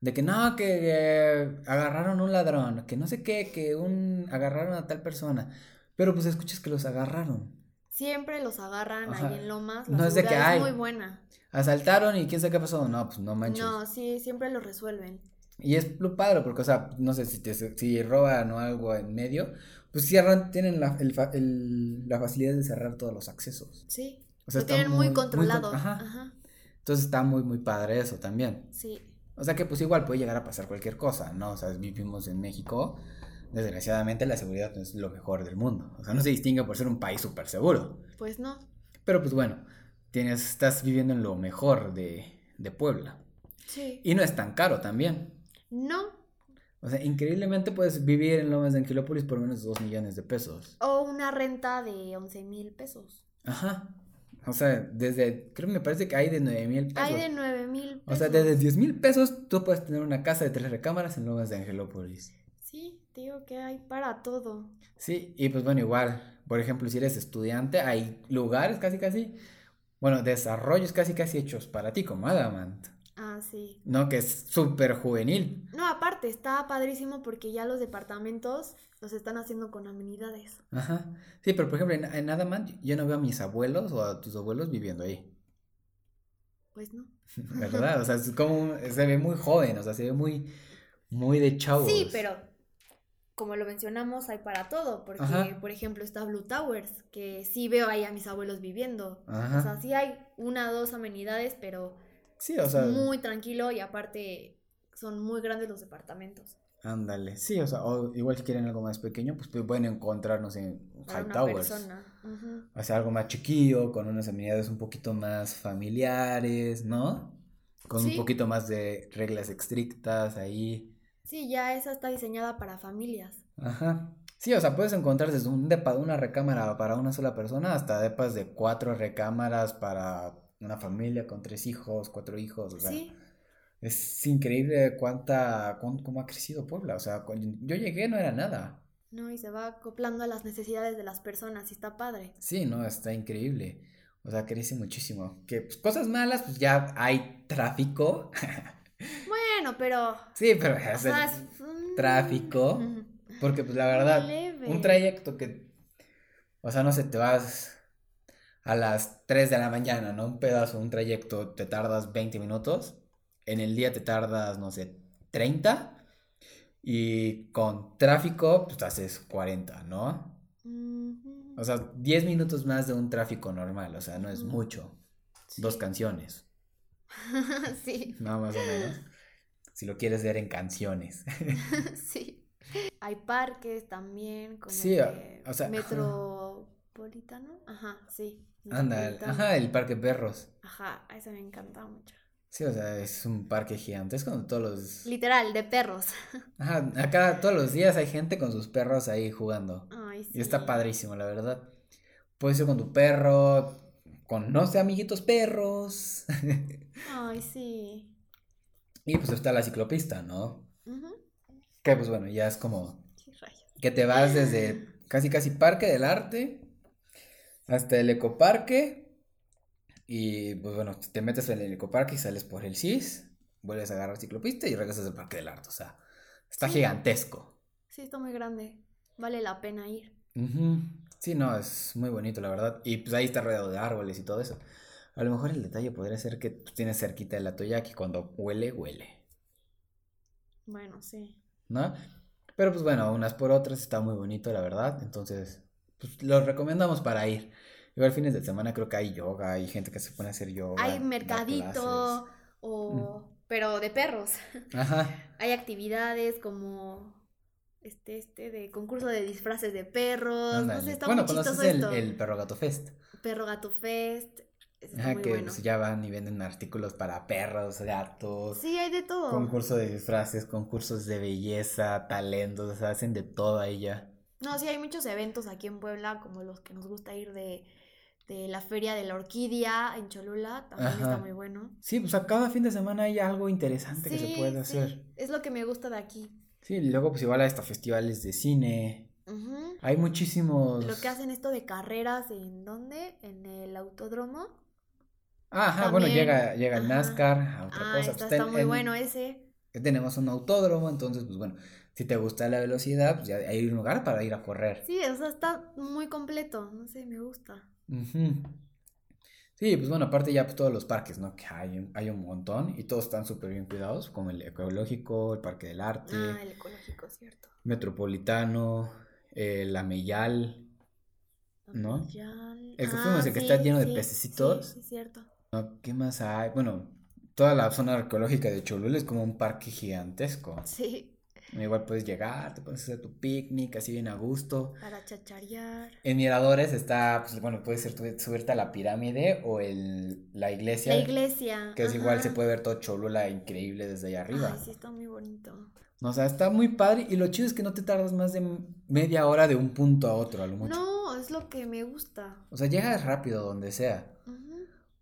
S1: de que no, que eh, agarraron un ladrón, que no sé qué, que un agarraron a tal persona, pero pues escuchas que los agarraron.
S2: Siempre los agarran
S1: Ajá.
S2: ahí en Lomas. La
S1: No es de
S2: seguridad
S1: que hay.
S2: es muy buena.
S1: Asaltaron y quién sabe qué pasó. No, pues no manches.
S2: No, sí, siempre lo resuelven.
S1: Y es lo padre, porque, o sea, no sé si, te- si roban o algo en medio, pues cierran, tienen la, el fa- el- la facilidad de cerrar todos los accesos.
S2: Sí.
S1: O sea,
S2: lo
S1: está
S2: tienen muy,
S1: muy- muy con-
S2: controlado.
S1: ajá.
S2: ajá.
S1: Entonces está muy, muy padre eso también.
S2: Sí.
S1: O sea que, pues igual puede llegar a pasar cualquier cosa, ¿no? O sea, vivimos en México, desgraciadamente la seguridad no es lo mejor del mundo. O sea, no se distingue por ser un país súper seguro.
S2: Pues no.
S1: Pero pues bueno, tienes, estás viviendo en lo mejor de, de Puebla.
S2: Sí.
S1: Y no es tan caro también.
S2: No.
S1: O sea, increíblemente puedes vivir en Lomas de Anquilópolis por menos de 2 millones de pesos.
S2: O una renta de 11 mil pesos.
S1: Ajá. O sea, desde, creo que me parece que hay de 9 mil pesos.
S2: Hay de 9 mil pesos.
S1: O sea, desde 10 mil pesos tú puedes tener una casa de tres recámaras en Lomas de Angelópolis.
S2: Sí, te digo que hay para todo.
S1: Sí, y pues bueno, igual, por ejemplo, si eres estudiante, hay lugares casi casi, bueno, desarrollos casi casi hechos para ti, como Adamant,
S2: Ah, sí.
S1: ¿no? Que es súper juvenil.
S2: No, aparte, está padrísimo porque ya los departamentos los están haciendo con amenidades.
S1: Ajá. Sí, pero por ejemplo, en, en Adamant yo no veo a mis abuelos o a tus abuelos viviendo ahí.
S2: Pues no.
S1: ¿Verdad? O sea, es como un- se ve muy joven, o sea, se ve muy, muy de chavos.
S2: Sí, pero como lo mencionamos, hay para todo. Porque,
S1: Ajá.
S2: por ejemplo, está Blue Towers, que sí veo ahí a mis abuelos viviendo.
S1: Ajá.
S2: O sea, sí hay una o dos amenidades, pero
S1: sí, o sea,
S2: muy tranquilo y aparte son muy grandes los departamentos.
S1: ándale. Sí, o sea, o igual si quieren algo más pequeño, pues pu- pueden encontrarnos en
S2: Para una
S1: Hightowers.
S2: persona. Ujú.
S1: O sea, algo más chiquillo, con unas amenidades un poquito más familiares, ¿no? Con un
S2: Sí.
S1: poquito más de reglas estrictas ahí.
S2: Sí, ya esa está diseñada para familias.
S1: Ajá. Sí, o sea, puedes encontrar desde un depa de una recámara para una sola persona hasta depas de cuatro recámaras para una familia con tres hijos, cuatro hijos, o sea.
S2: Sí,
S1: Es increíble cuánta, cuán- cómo ha crecido Puebla. O sea, cuando yo llegué no era nada.
S2: no, y se va acoplando a las necesidades de las personas y está padre.
S1: Sí, no, está increíble. O sea, crece muchísimo. Que pues, cosas malas, pues ya hay tráfico.
S2: Bueno, pero
S1: Sí, pero o sea,
S2: Ajá, es- mm,
S1: tráfico.
S2: ujú.
S1: porque pues la verdad,
S2: leve.
S1: un trayecto que, o sea, no sé, te vas a las 3 de la mañana, ¿no? Un pedazo, un trayecto, te tardas 20 minutos. En el día te tardas, no sé, 30. Y con tráfico, pues haces 40, ¿no?
S2: Ujú.
S1: O sea, 10 minutos más de un tráfico normal, o sea, no es
S2: Ujú.
S1: mucho. Dos
S2: Sí.
S1: canciones,
S2: sí,
S1: nada más o menos. Si lo quieres ver en canciones.
S2: sí. Hay parques también, como
S1: Sí,
S2: que
S1: o sea,
S2: metro Metropolitano. Ajá, sí.
S1: Anda, el-
S2: Metropolitano.
S1: ajá, el parque perros.
S2: Ajá, a esa me encanta mucho.
S1: Sí, o sea, es un parque gigantesco donde todos los...
S2: Literal, de perros.
S1: Ajá, acá todos los días hay gente con sus perros ahí jugando.
S2: Ay,
S1: Y está
S2: sí.
S1: padrísimo, la verdad. Puedes ir con tu perro, con, no sé, amiguitos perros.
S2: Ay, sí.
S1: y pues está la ciclopista, ¿no?
S2: Ujú.
S1: Que pues bueno, ya es como
S2: Sí, rayos.
S1: que te vas desde casi casi Parque del Arte hasta el Ecoparque. Y pues bueno, te metes en el Ecoparque y sales por el CIS, vuelves a agarrar ciclopista y regresas al Parque del Arte. O sea, está
S2: Sí.
S1: gigantesco.
S2: Sí, está muy grande. Vale la pena ir.
S1: Ujú. Sí, no, es muy bonito, la verdad. Y pues ahí está rodeado de árboles y todo eso. A lo mejor el detalle podría ser que tú tienes cerquita el atoyac y cuando huele, huele,
S2: Bueno, sí.
S1: ¿no? Pero pues bueno, unas por otras está muy bonito, la verdad. Entonces, pues los recomendamos para ir. Igual fines de semana creo que hay yoga, hay gente que se pone a hacer yoga.
S2: Hay
S1: da
S2: mercadito o... Pero de perros.
S1: clases. Ajá.
S2: Hay actividades como... Este, este, de concurso de disfraces de perros. No
S1: ándale.
S2: sé, pues, está
S1: bueno,
S2: muy chistoso
S1: conoces el,
S2: esto.
S1: el Perro Gato Fest.
S2: Perro Gato Fest. Eso está
S1: Ajá,
S2: muy
S1: que
S2: bueno.
S1: pues, ya van y venden artículos para perros, gatos.
S2: Sí, hay de todo.
S1: Concurso de disfraces, concursos de belleza, talentos, o sea, hacen de todo ahí ya.
S2: No, sí, hay muchos eventos aquí en Puebla, como los que nos gusta ir de, de la Feria de la Orquídea en Cholula, también
S1: Ajá.
S2: está muy bueno.
S1: Sí, pues a cada fin de semana hay algo interesante que se
S2: Sí,
S1: puede
S2: sí,
S1: hacer.
S2: es lo que me gusta de aquí.
S1: Sí, y luego pues igual hay hasta festivales de cine.
S2: Ujú.
S1: Hay muchísimos...
S2: Lo que hacen esto de carreras, ¿en dónde? En el autódromo.
S1: Ah, Ajá, bueno,
S2: también.
S1: llega, llega el
S2: Ajá.
S1: NASCAR, a otra
S2: Ah,
S1: cosa.
S2: está,
S1: Pues,
S2: está
S1: ten-
S2: muy
S1: en-
S2: bueno ¿eh? ese.
S1: Tenemos un autódromo, entonces pues bueno, si te gusta la velocidad, pues ya hay un lugar para ir a correr.
S2: Sí, o sea, está muy completo, no sé, me gusta.
S1: Ujú. Sí, pues bueno, aparte ya pues, todos los parques, ¿no? Que hay, un- hay un montón y todos están súper bien cuidados, como el ecológico, el Parque del Arte,
S2: Ah, el ecológico, cierto.
S1: Metropolitano, eh, la Meyal, ¿No?
S2: También-
S1: El que
S2: Ah,
S1: fuimos, el que
S2: sí,
S1: está lleno de
S2: sí,
S1: pececitos.
S2: Sí, sí, cierto.
S1: ¿no? ¿Qué más hay? Bueno, toda la zona arqueológica de Cholula es como un parque gigantesco.
S2: Sí,
S1: Igual puedes llegar, te puedes hacer tu picnic, así bien a gusto.
S2: para chacharear.
S1: En Miradores está, pues bueno, puedes ir tu- subirte a la pirámide o el, la iglesia.
S2: La iglesia.
S1: Que es igual,
S2: ajá.
S1: se puede ver todo Cholula increíble desde allá arriba.
S2: Ay, sí, está muy bonito.
S1: O sea, está muy padre y lo chido es que no te tardas más de m- media hora de un punto a otro, a lo mucho.
S2: No, es lo que me gusta.
S1: O sea, llegas rápido donde sea.
S2: Ujú.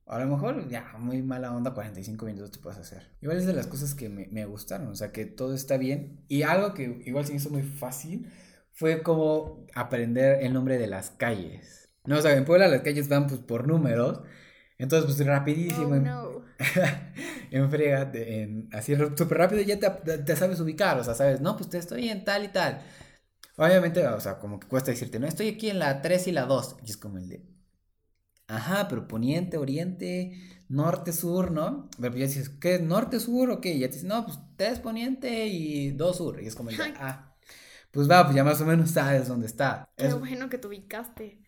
S1: A lo mejor, ya, muy mala onda, 45 minutos te puedes hacer. Igual es de las cosas que me, me gustaron, o sea, que todo está bien. Y algo que igual se me hizo muy fácil fue como aprender el nombre de las calles. No, o sea, en Puebla las calles van pues por números. Entonces, pues rapidísimo,
S2: Oh,
S1: en-
S2: no.
S1: en friega, te- en- así r- súper rápido ya te, te sabes ubicar, o sea, sabes, no, pues te estoy en tal y tal. Obviamente, o sea, como que cuesta decirte, no, estoy aquí en la 3 y la 2. Y es como el de, ajá, pero poniente, oriente, norte, sur, ¿no? Pero ya dices, ¿qué? ¿Norte, sur o qué? Y ya te dicen, no, pues 3 poniente y 2 sur. Y es como el de,
S2: Ay.
S1: ah, pues va, pues ya más o menos sabes dónde está.
S2: Qué
S1: Es-
S2: bueno que te ubicaste.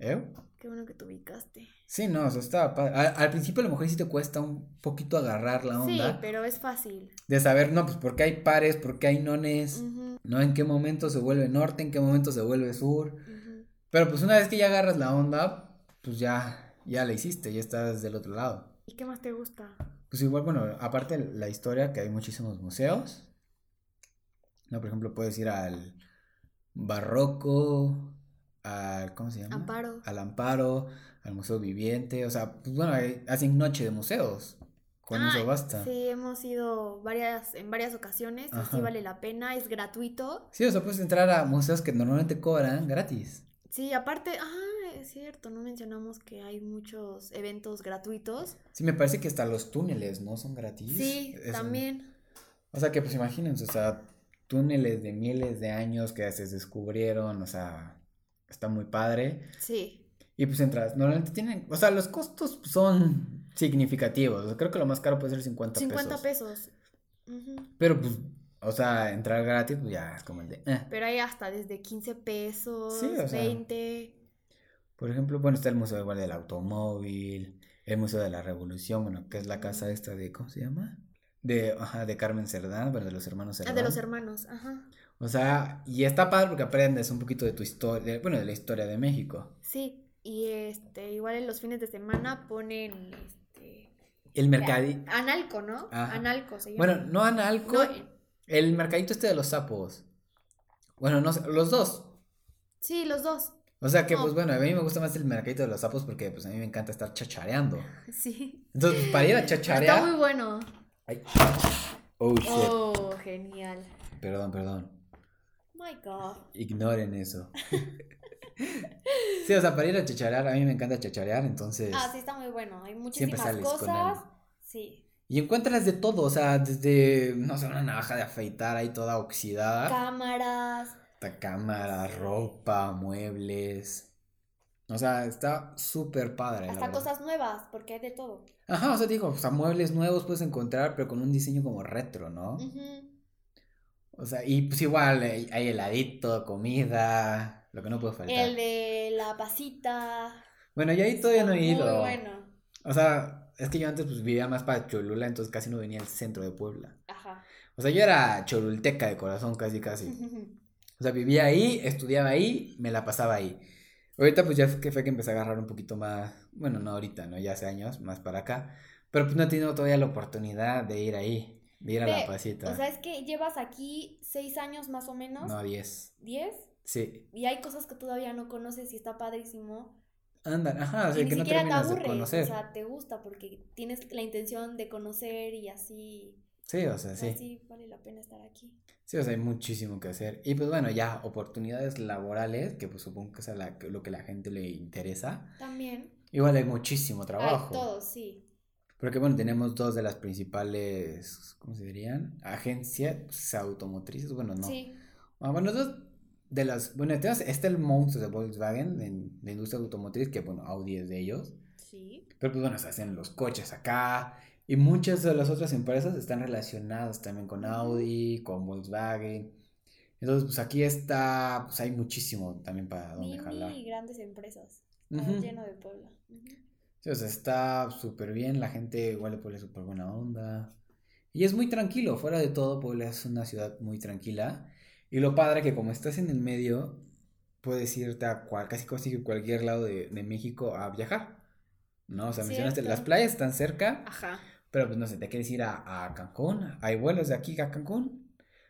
S1: ¿Eh?
S2: Qué bueno que te ubicaste.
S1: Sí, no, o sea, estaba padre. Al, al principio a lo mejor sí te cuesta un poquito agarrar la
S2: Sí,
S1: onda.
S2: pero es fácil.
S1: de saber, no, pues por qué hay pares, por qué hay nones,
S2: Ujú,
S1: ¿no? En qué momento se vuelve norte, en qué momento se vuelve sur.
S2: ujú.
S1: Pero pues una vez que ya agarras la onda, pues ya, ya la hiciste, ya estás del otro lado.
S2: ¿Y qué más te gusta?
S1: Pues igual, bueno, aparte de la historia, que hay muchísimos museos. No, por ejemplo, puedes ir al barroco, al, ¿cómo se llama?
S2: Amparo.
S1: Al amparo, al museo viviente, o sea, pues bueno, hay- hacen noche de museos. Con
S2: Ah,
S1: eso basta.
S2: Sí, hemos ido varias, en varias ocasiones. y
S1: Ajá.
S2: Sí, vale la pena. Es gratuito.
S1: Sí, o sea, puedes entrar a museos que normalmente cobran gratis.
S2: Sí, aparte, ah, es cierto, no mencionamos que hay muchos eventos gratuitos.
S1: Sí, me parece que hasta los túneles, ¿no? Son gratis.
S2: Sí,
S1: Es un-
S2: también.
S1: O sea, que pues imagínense, o sea, túneles de miles de años que se descubrieron, o sea, está muy padre.
S2: Sí.
S1: Y pues entras, normalmente tienen, o sea, los costos son significativos. O sea, creo que lo más caro puede ser 50 pesos.
S2: 50 pesos. Ujú.
S1: Pero pues, o sea, entrar gratis, pues ya es como el de... eh.
S2: Pero hay hasta desde 15 pesos,
S1: Sí, o sea.
S2: 20.
S1: Por ejemplo, bueno, está el Museo igual del Automóvil, el Museo de la Revolución, bueno, que es la casa esta de, ¿cómo se llama? De, ajá, de Carmen Cerdán, bueno, de los hermanos
S2: Ah,
S1: Cerdán.
S2: de los hermanos, ajá.
S1: O sea, y está padre porque aprendes un poquito de tu historia, bueno, de la historia de México.
S2: Sí, y este, igual en los fines de semana ponen este
S1: El mercadito.
S2: analco, ¿no?
S1: Ajá.
S2: Analco se llama.
S1: Bueno, no analco.
S2: No, eh,
S1: El mercadito este de los sapos. Bueno, no sé, los dos.
S2: sí, los dos.
S1: O sea que,
S2: No.
S1: pues bueno, a mí me gusta más el mercadito de los sapos porque, pues a mí me encanta estar chachareando.
S2: Sí.
S1: Entonces, pues, para ir a
S2: Está muy
S1: chacharear.
S2: bueno.
S1: Ay. Oh, shit.
S2: Oh, genial.
S1: Perdón, perdón.
S2: My God.
S1: Ignoren eso. sí, o sea, para ir a chacharear, a mí me encanta chacharear, entonces.
S2: Ah, sí, está muy bueno. Hay
S1: Siempre
S2: muchísimas
S1: sales con
S2: cosas.
S1: algo.
S2: Sí.
S1: Y encuentras de todo, o sea, desde, no sé, una navaja de afeitar ahí toda oxidada,
S2: Cámaras.
S1: hasta cámara, ropa, muebles. O sea, está súper padre. la
S2: Hasta
S1: verdad.
S2: cosas nuevas, porque hay de todo.
S1: Ajá, o sea, digo, o sea, muebles nuevos puedes encontrar, pero con un diseño como retro, ¿no?
S2: Ujú.
S1: O sea, y pues igual hay, hay heladito, comida, lo que no puede faltar.
S2: El de la pasita.
S1: Bueno, yo ahí todavía no he
S2: Muy
S1: ido.
S2: bueno.
S1: O sea, es que yo antes pues vivía más para Cholula, entonces casi no venía al centro de Puebla.
S2: Ajá.
S1: O sea, yo era cholulteca de corazón, casi, casi. O sea, vivía ahí, estudiaba ahí, me la pasaba ahí. Ahorita pues ya fue que, fue que empecé a agarrar un poquito más, bueno, no ahorita, ¿no? Ya hace años, más para acá. Pero pues no he tenido todavía la oportunidad de ir ahí, de ir a
S2: Ve,
S1: La Pasita.
S2: O sea, es que llevas aquí seis años más o menos.
S1: No, 10.
S2: ¿Diez?
S1: Sí,
S2: Y hay cosas que todavía no conoces y está padrísimo.
S1: andan, ajá, o sea,
S2: y
S1: Ah,
S2: ni
S1: que no
S2: siquiera te
S1: terminas de
S2: aburres.
S1: conocer.
S2: O sea, te gusta porque tienes la intención de conocer y así.
S1: sí, o sea,
S2: O sea,
S1: sí.
S2: sí, vale la pena estar aquí.
S1: Sí, o sea, hay muchísimo que hacer. Y pues bueno, ya oportunidades laborales, que pues supongo que es a la- lo que la gente le interesa.
S2: También.
S1: Igual hay muchísimo
S2: Hay
S1: trabajo.
S2: todo, sí.
S1: Porque bueno, tenemos dos de las principales, ¿cómo se dirían? Agencias pues, automotrices, bueno, no.
S2: Sí.
S1: Ah, bueno, dos de las, bueno, está, está el monstruo de Volkswagen en la industria automotriz, que bueno, Audi es de ellos.
S2: Sí.
S1: Pero pues bueno, se hacen los coches acá. Y muchas de las otras empresas están relacionadas también con Audi, con Volkswagen. Entonces, pues aquí está, pues hay muchísimo también para donde jalar.
S2: Mini y grandes empresas. Está
S1: Ujú.
S2: Lleno de Puebla. Ujú.
S1: Sí, o sea, está súper bien, la gente igual de Puebla es súper buena onda. Y es muy tranquilo, fuera de todo, Puebla es una ciudad muy tranquila. Y lo padre que como estás en el medio, puedes irte a cual, casi casi cualquier lado de, de México a viajar. ¿No? O sea, mencionaste, las
S2: Cierto.
S1: playas están cerca,
S2: Ajá.
S1: pero pues no sé, te quieres ir a, a Cancún, hay vuelos de aquí a Cancún.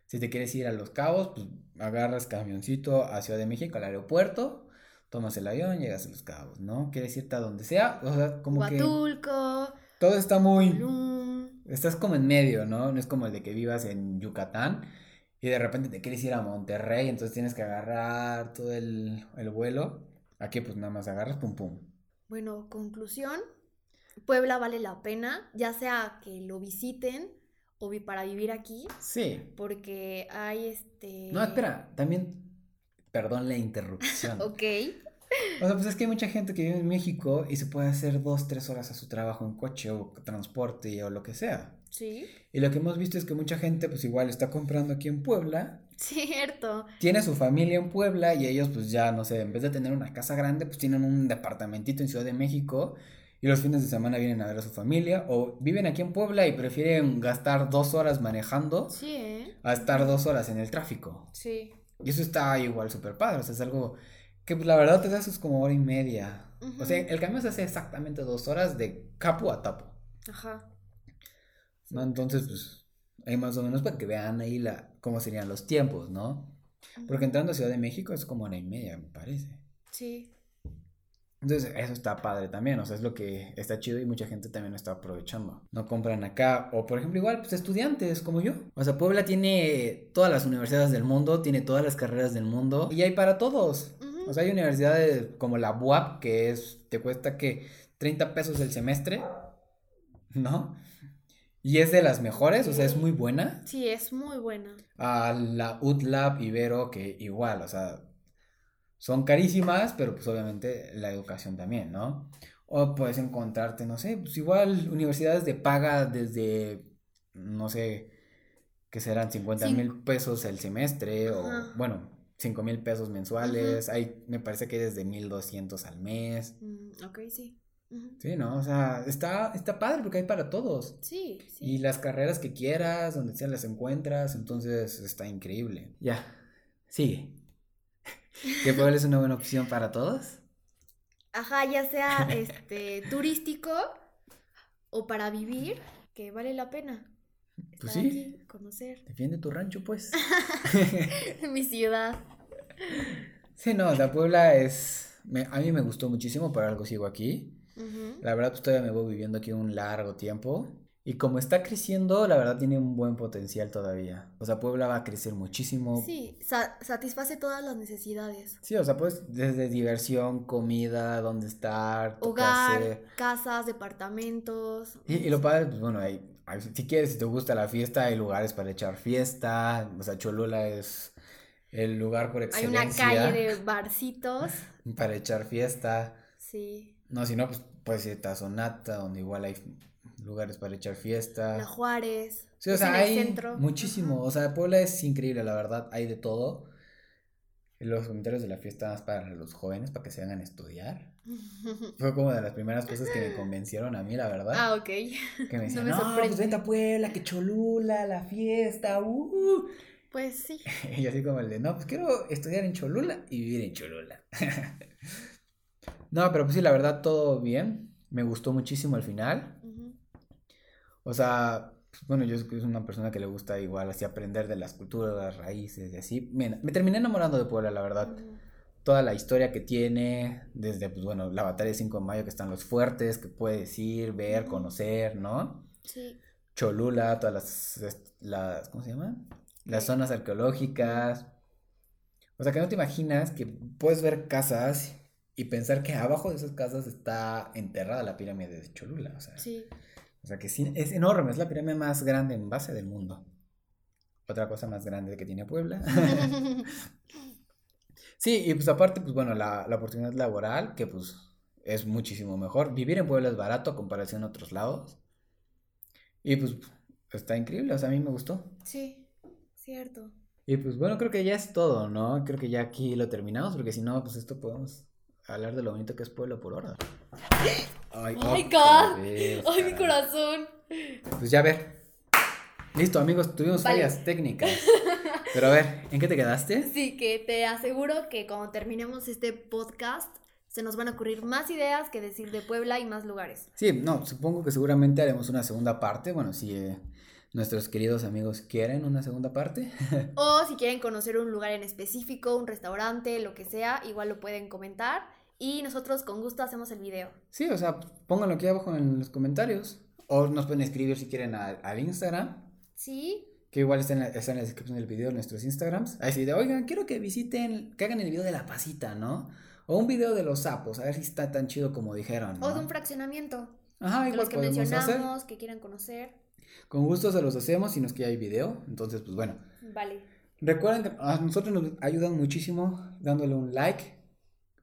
S1: Si te quieres ir a Los Cabos, pues agarras camioncito a Ciudad de México, al aeropuerto, tomas el avión, llegas a Los Cabos, ¿no? Quieres irte a donde sea, o sea, como que
S2: Huatulco,
S1: todo está muy...
S2: Tulum.
S1: Estás como en medio, ¿no? No es como el de que vivas en Yucatán y de repente te quieres ir a Monterrey, entonces tienes que agarrar todo el, el vuelo. Aquí pues nada más agarras, pum, pum.
S2: Bueno, conclusión. Puebla vale la pena, ya sea que lo visiten o vi- para vivir aquí,
S1: Sí.
S2: porque hay este...
S1: No, espera, también... Perdón la interrupción.
S2: Ok.
S1: O sea, pues es que hay mucha gente que vive en México y se puede hacer dos, tres horas a su trabajo en coche o transporte o lo que sea.
S2: Sí.
S1: Y lo que hemos visto es que mucha gente pues igual está comprando aquí en Puebla,
S2: Cierto.
S1: tiene su familia en Puebla y ellos pues ya, no sé, en vez de tener una casa grande pues tienen un departamentito en Ciudad de México y los fines de semana vienen a ver a su familia o viven aquí en Puebla y prefieren gastar dos horas manejando
S2: Sí, ¿eh?
S1: a estar dos horas en el tráfico.
S2: Sí.
S1: Y eso está igual súper padre, o sea, es algo que pues, la verdad te haces como hora y media. O sea,
S2: Ujú.
S1: el camión se hace exactamente dos horas de capo a tapo,
S2: Ajá.
S1: ¿no? Entonces, pues, ahí más o menos para que vean ahí la, cómo serían los tiempos, ¿no? Porque entrando a Ciudad de México es como hora y media, me parece.
S2: Sí.
S1: Entonces, eso está padre también, o sea, es lo que está chido y mucha gente también lo está aprovechando. No compran acá, o por ejemplo, igual, pues estudiantes como yo. O sea, Puebla tiene todas las universidades del mundo, tiene todas las carreras del mundo y hay para todos.
S2: Ujú.
S1: O sea, hay universidades como la BUAP que es, te cuesta que 30 pesos el semestre, ¿no? Y es de las mejores, o sea, es muy buena.
S2: Sí, es muy buena.
S1: A la UTLAB Ibero, que igual, o sea, son carísimas, pero pues obviamente la educación también, ¿no? O puedes encontrarte, no sé, pues igual universidades de paga desde, no sé, que serán 50 mil pesos el semestre
S2: Ajá.
S1: o, bueno, 5 mil pesos mensuales. Hay, me parece que hay desde 1200 al mes.
S2: Mm, ok, sí. Ujú.
S1: Sí, ¿no? O sea, está, está padre porque hay para todos.
S2: Sí, sí.
S1: Y las carreras que quieras, donde sea las encuentras, entonces está increíble. Ya, sigue. ¿Que Puebla es una buena opción para todos?
S2: Ajá, ya sea este turístico o para vivir, que vale la pena.
S1: Pues
S2: estar
S1: sí.
S2: aquí, conocer
S1: Defiende tu rancho, pues.
S2: mi ciudad.
S1: Sí, no, la Puebla es... me- a mí me gustó muchísimo, por algo sigo aquí.
S2: Ujú.
S1: La verdad, pues todavía me voy viviendo aquí un largo tiempo. Y como está creciendo, la verdad tiene un buen potencial todavía. O sea, Puebla va a crecer muchísimo.
S2: Sí, sa- satisface todas las necesidades.
S1: Sí, o sea, pues desde diversión, comida, dónde estar, tu
S2: Hogar,
S1: casa.
S2: casas, departamentos.
S1: Y, y lo padre, pues bueno, ahí, ahí si quieres, si te gusta la fiesta, hay lugares para echar fiesta. O sea, Cholula es el lugar por
S2: Hay una
S1: excelencia
S2: calle de barcitos.
S1: para echar fiesta.
S2: Sí.
S1: No, si no, pues puede ser Tazonata, donde igual hay lugares para echar fiesta.
S2: La Juárez.
S1: Sí, Ah. o
S2: es
S1: sea,
S2: en el
S1: hay
S2: centro.
S1: muchísimo.
S2: Ajá.
S1: O sea, Puebla es increíble, la verdad. Hay de todo. Los comentarios de la fiesta más para los jóvenes, para que se hagan estudiar. Fue como de las primeras cosas que me convencieron a mí, la verdad.
S2: ah, ok.
S1: que me decían,
S2: me
S1: no,
S2: sorprende".
S1: pues vente a Puebla, que Cholula, la fiesta, uh".
S2: Pues sí.
S1: Y así como el de, no, pues quiero estudiar en Cholula y vivir en Cholula. no, pero pues sí, la verdad, todo bien. Me gustó muchísimo el final.
S2: Ujú.
S1: O sea, pues, bueno, yo soy una persona que le gusta igual así aprender de las culturas, las raíces y así. Mira, me terminé enamorando de Puebla, la verdad.
S2: Ujú.
S1: Toda la historia que tiene, desde, pues bueno, la batalla de 5 de mayo, que están los fuertes, que puedes ir, ver,
S2: Ujú.
S1: conocer, ¿no?
S2: Sí.
S1: Cholula, todas las, est- las ¿cómo se llama? Las
S2: Sí.
S1: zonas arqueológicas. O sea, que no te imaginas que puedes ver casas y pensar que abajo de esas casas está enterrada la pirámide de Cholula. O sea,
S2: Sí.
S1: o sea que sí, es enorme, es la pirámide más grande en base del mundo. Otra cosa más grande que tiene Puebla. sí, y pues aparte, pues bueno, la, la oportunidad laboral, que pues es muchísimo mejor. Vivir en Puebla es barato a comparación a otros lados. Y pues está increíble, o sea, a mí me gustó.
S2: sí. Cierto.
S1: Y pues bueno, creo que ya es todo, ¿no? Creo que ya aquí lo terminamos, porque si no, pues esto podemos hablar de lo bonito que es Puebla por hora. Ay,
S2: Oh my
S1: otra
S2: God.
S1: vez,
S2: Ay, mi
S1: caray.
S2: corazón.
S1: Pues ya a ver. Listo, amigos, tuvimos
S2: Vale.
S1: fallas técnicas. Pero a ver, ¿en qué te quedaste?
S2: Sí, que te aseguro que cuando terminemos este podcast se nos van a ocurrir más ideas que decir de Puebla y más lugares.
S1: Sí, no, supongo que seguramente haremos una segunda parte. Bueno, si eh, nuestros queridos amigos quieren una segunda parte.
S2: O si quieren conocer un lugar en específico, un restaurante, lo que sea, igual lo pueden comentar. Y nosotros con gusto hacemos el video.
S1: Sí, o sea, pónganlo aquí abajo en los comentarios. O nos pueden escribir si quieren a- al Instagram.
S2: Sí,
S1: Que igual está en, la, está en la descripción del video nuestros Instagrams. Ahí sí, de, oigan, quiero que visiten, que hagan el video de la pasita, ¿no? O un video de los sapos, a ver si está tan chido como dijeron.
S2: o de
S1: ¿no?
S2: un fraccionamiento.
S1: Ajá,
S2: De
S1: igual
S2: los que
S1: Ah. podemos hacer.
S2: mencionamos, que quieran conocer.
S1: Con gusto se los hacemos, si no es que ya hay video. Entonces, pues bueno.
S2: Vale.
S1: Recuerden que a nosotros nos ayudan muchísimo dándole un like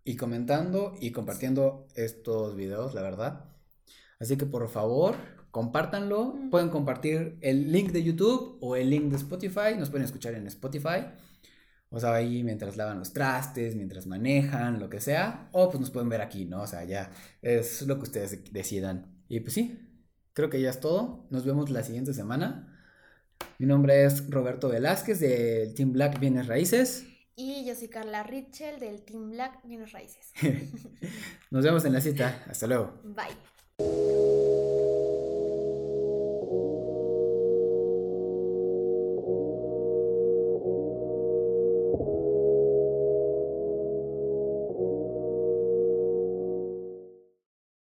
S1: y comentando y compartiendo estos videos, la verdad. Así que por favor, compártanlo.
S2: Mm.
S1: Pueden compartir el link de YouTube o el link de Spotify. Nos pueden escuchar en Spotify. O sea, ahí mientras lavan los trastes, mientras manejan, lo que sea. O pues nos pueden ver aquí, ¿no? O sea, ya es lo que ustedes decidan. Y pues sí, creo que ya es todo. Nos vemos la siguiente semana. Mi nombre es Roberto Velázquez del Team Black Bienes Raíces.
S2: Y yo soy Carla Richel del Team Black Menos Raíces.
S1: Nos vemos en la cita. Hasta luego.
S2: Bye.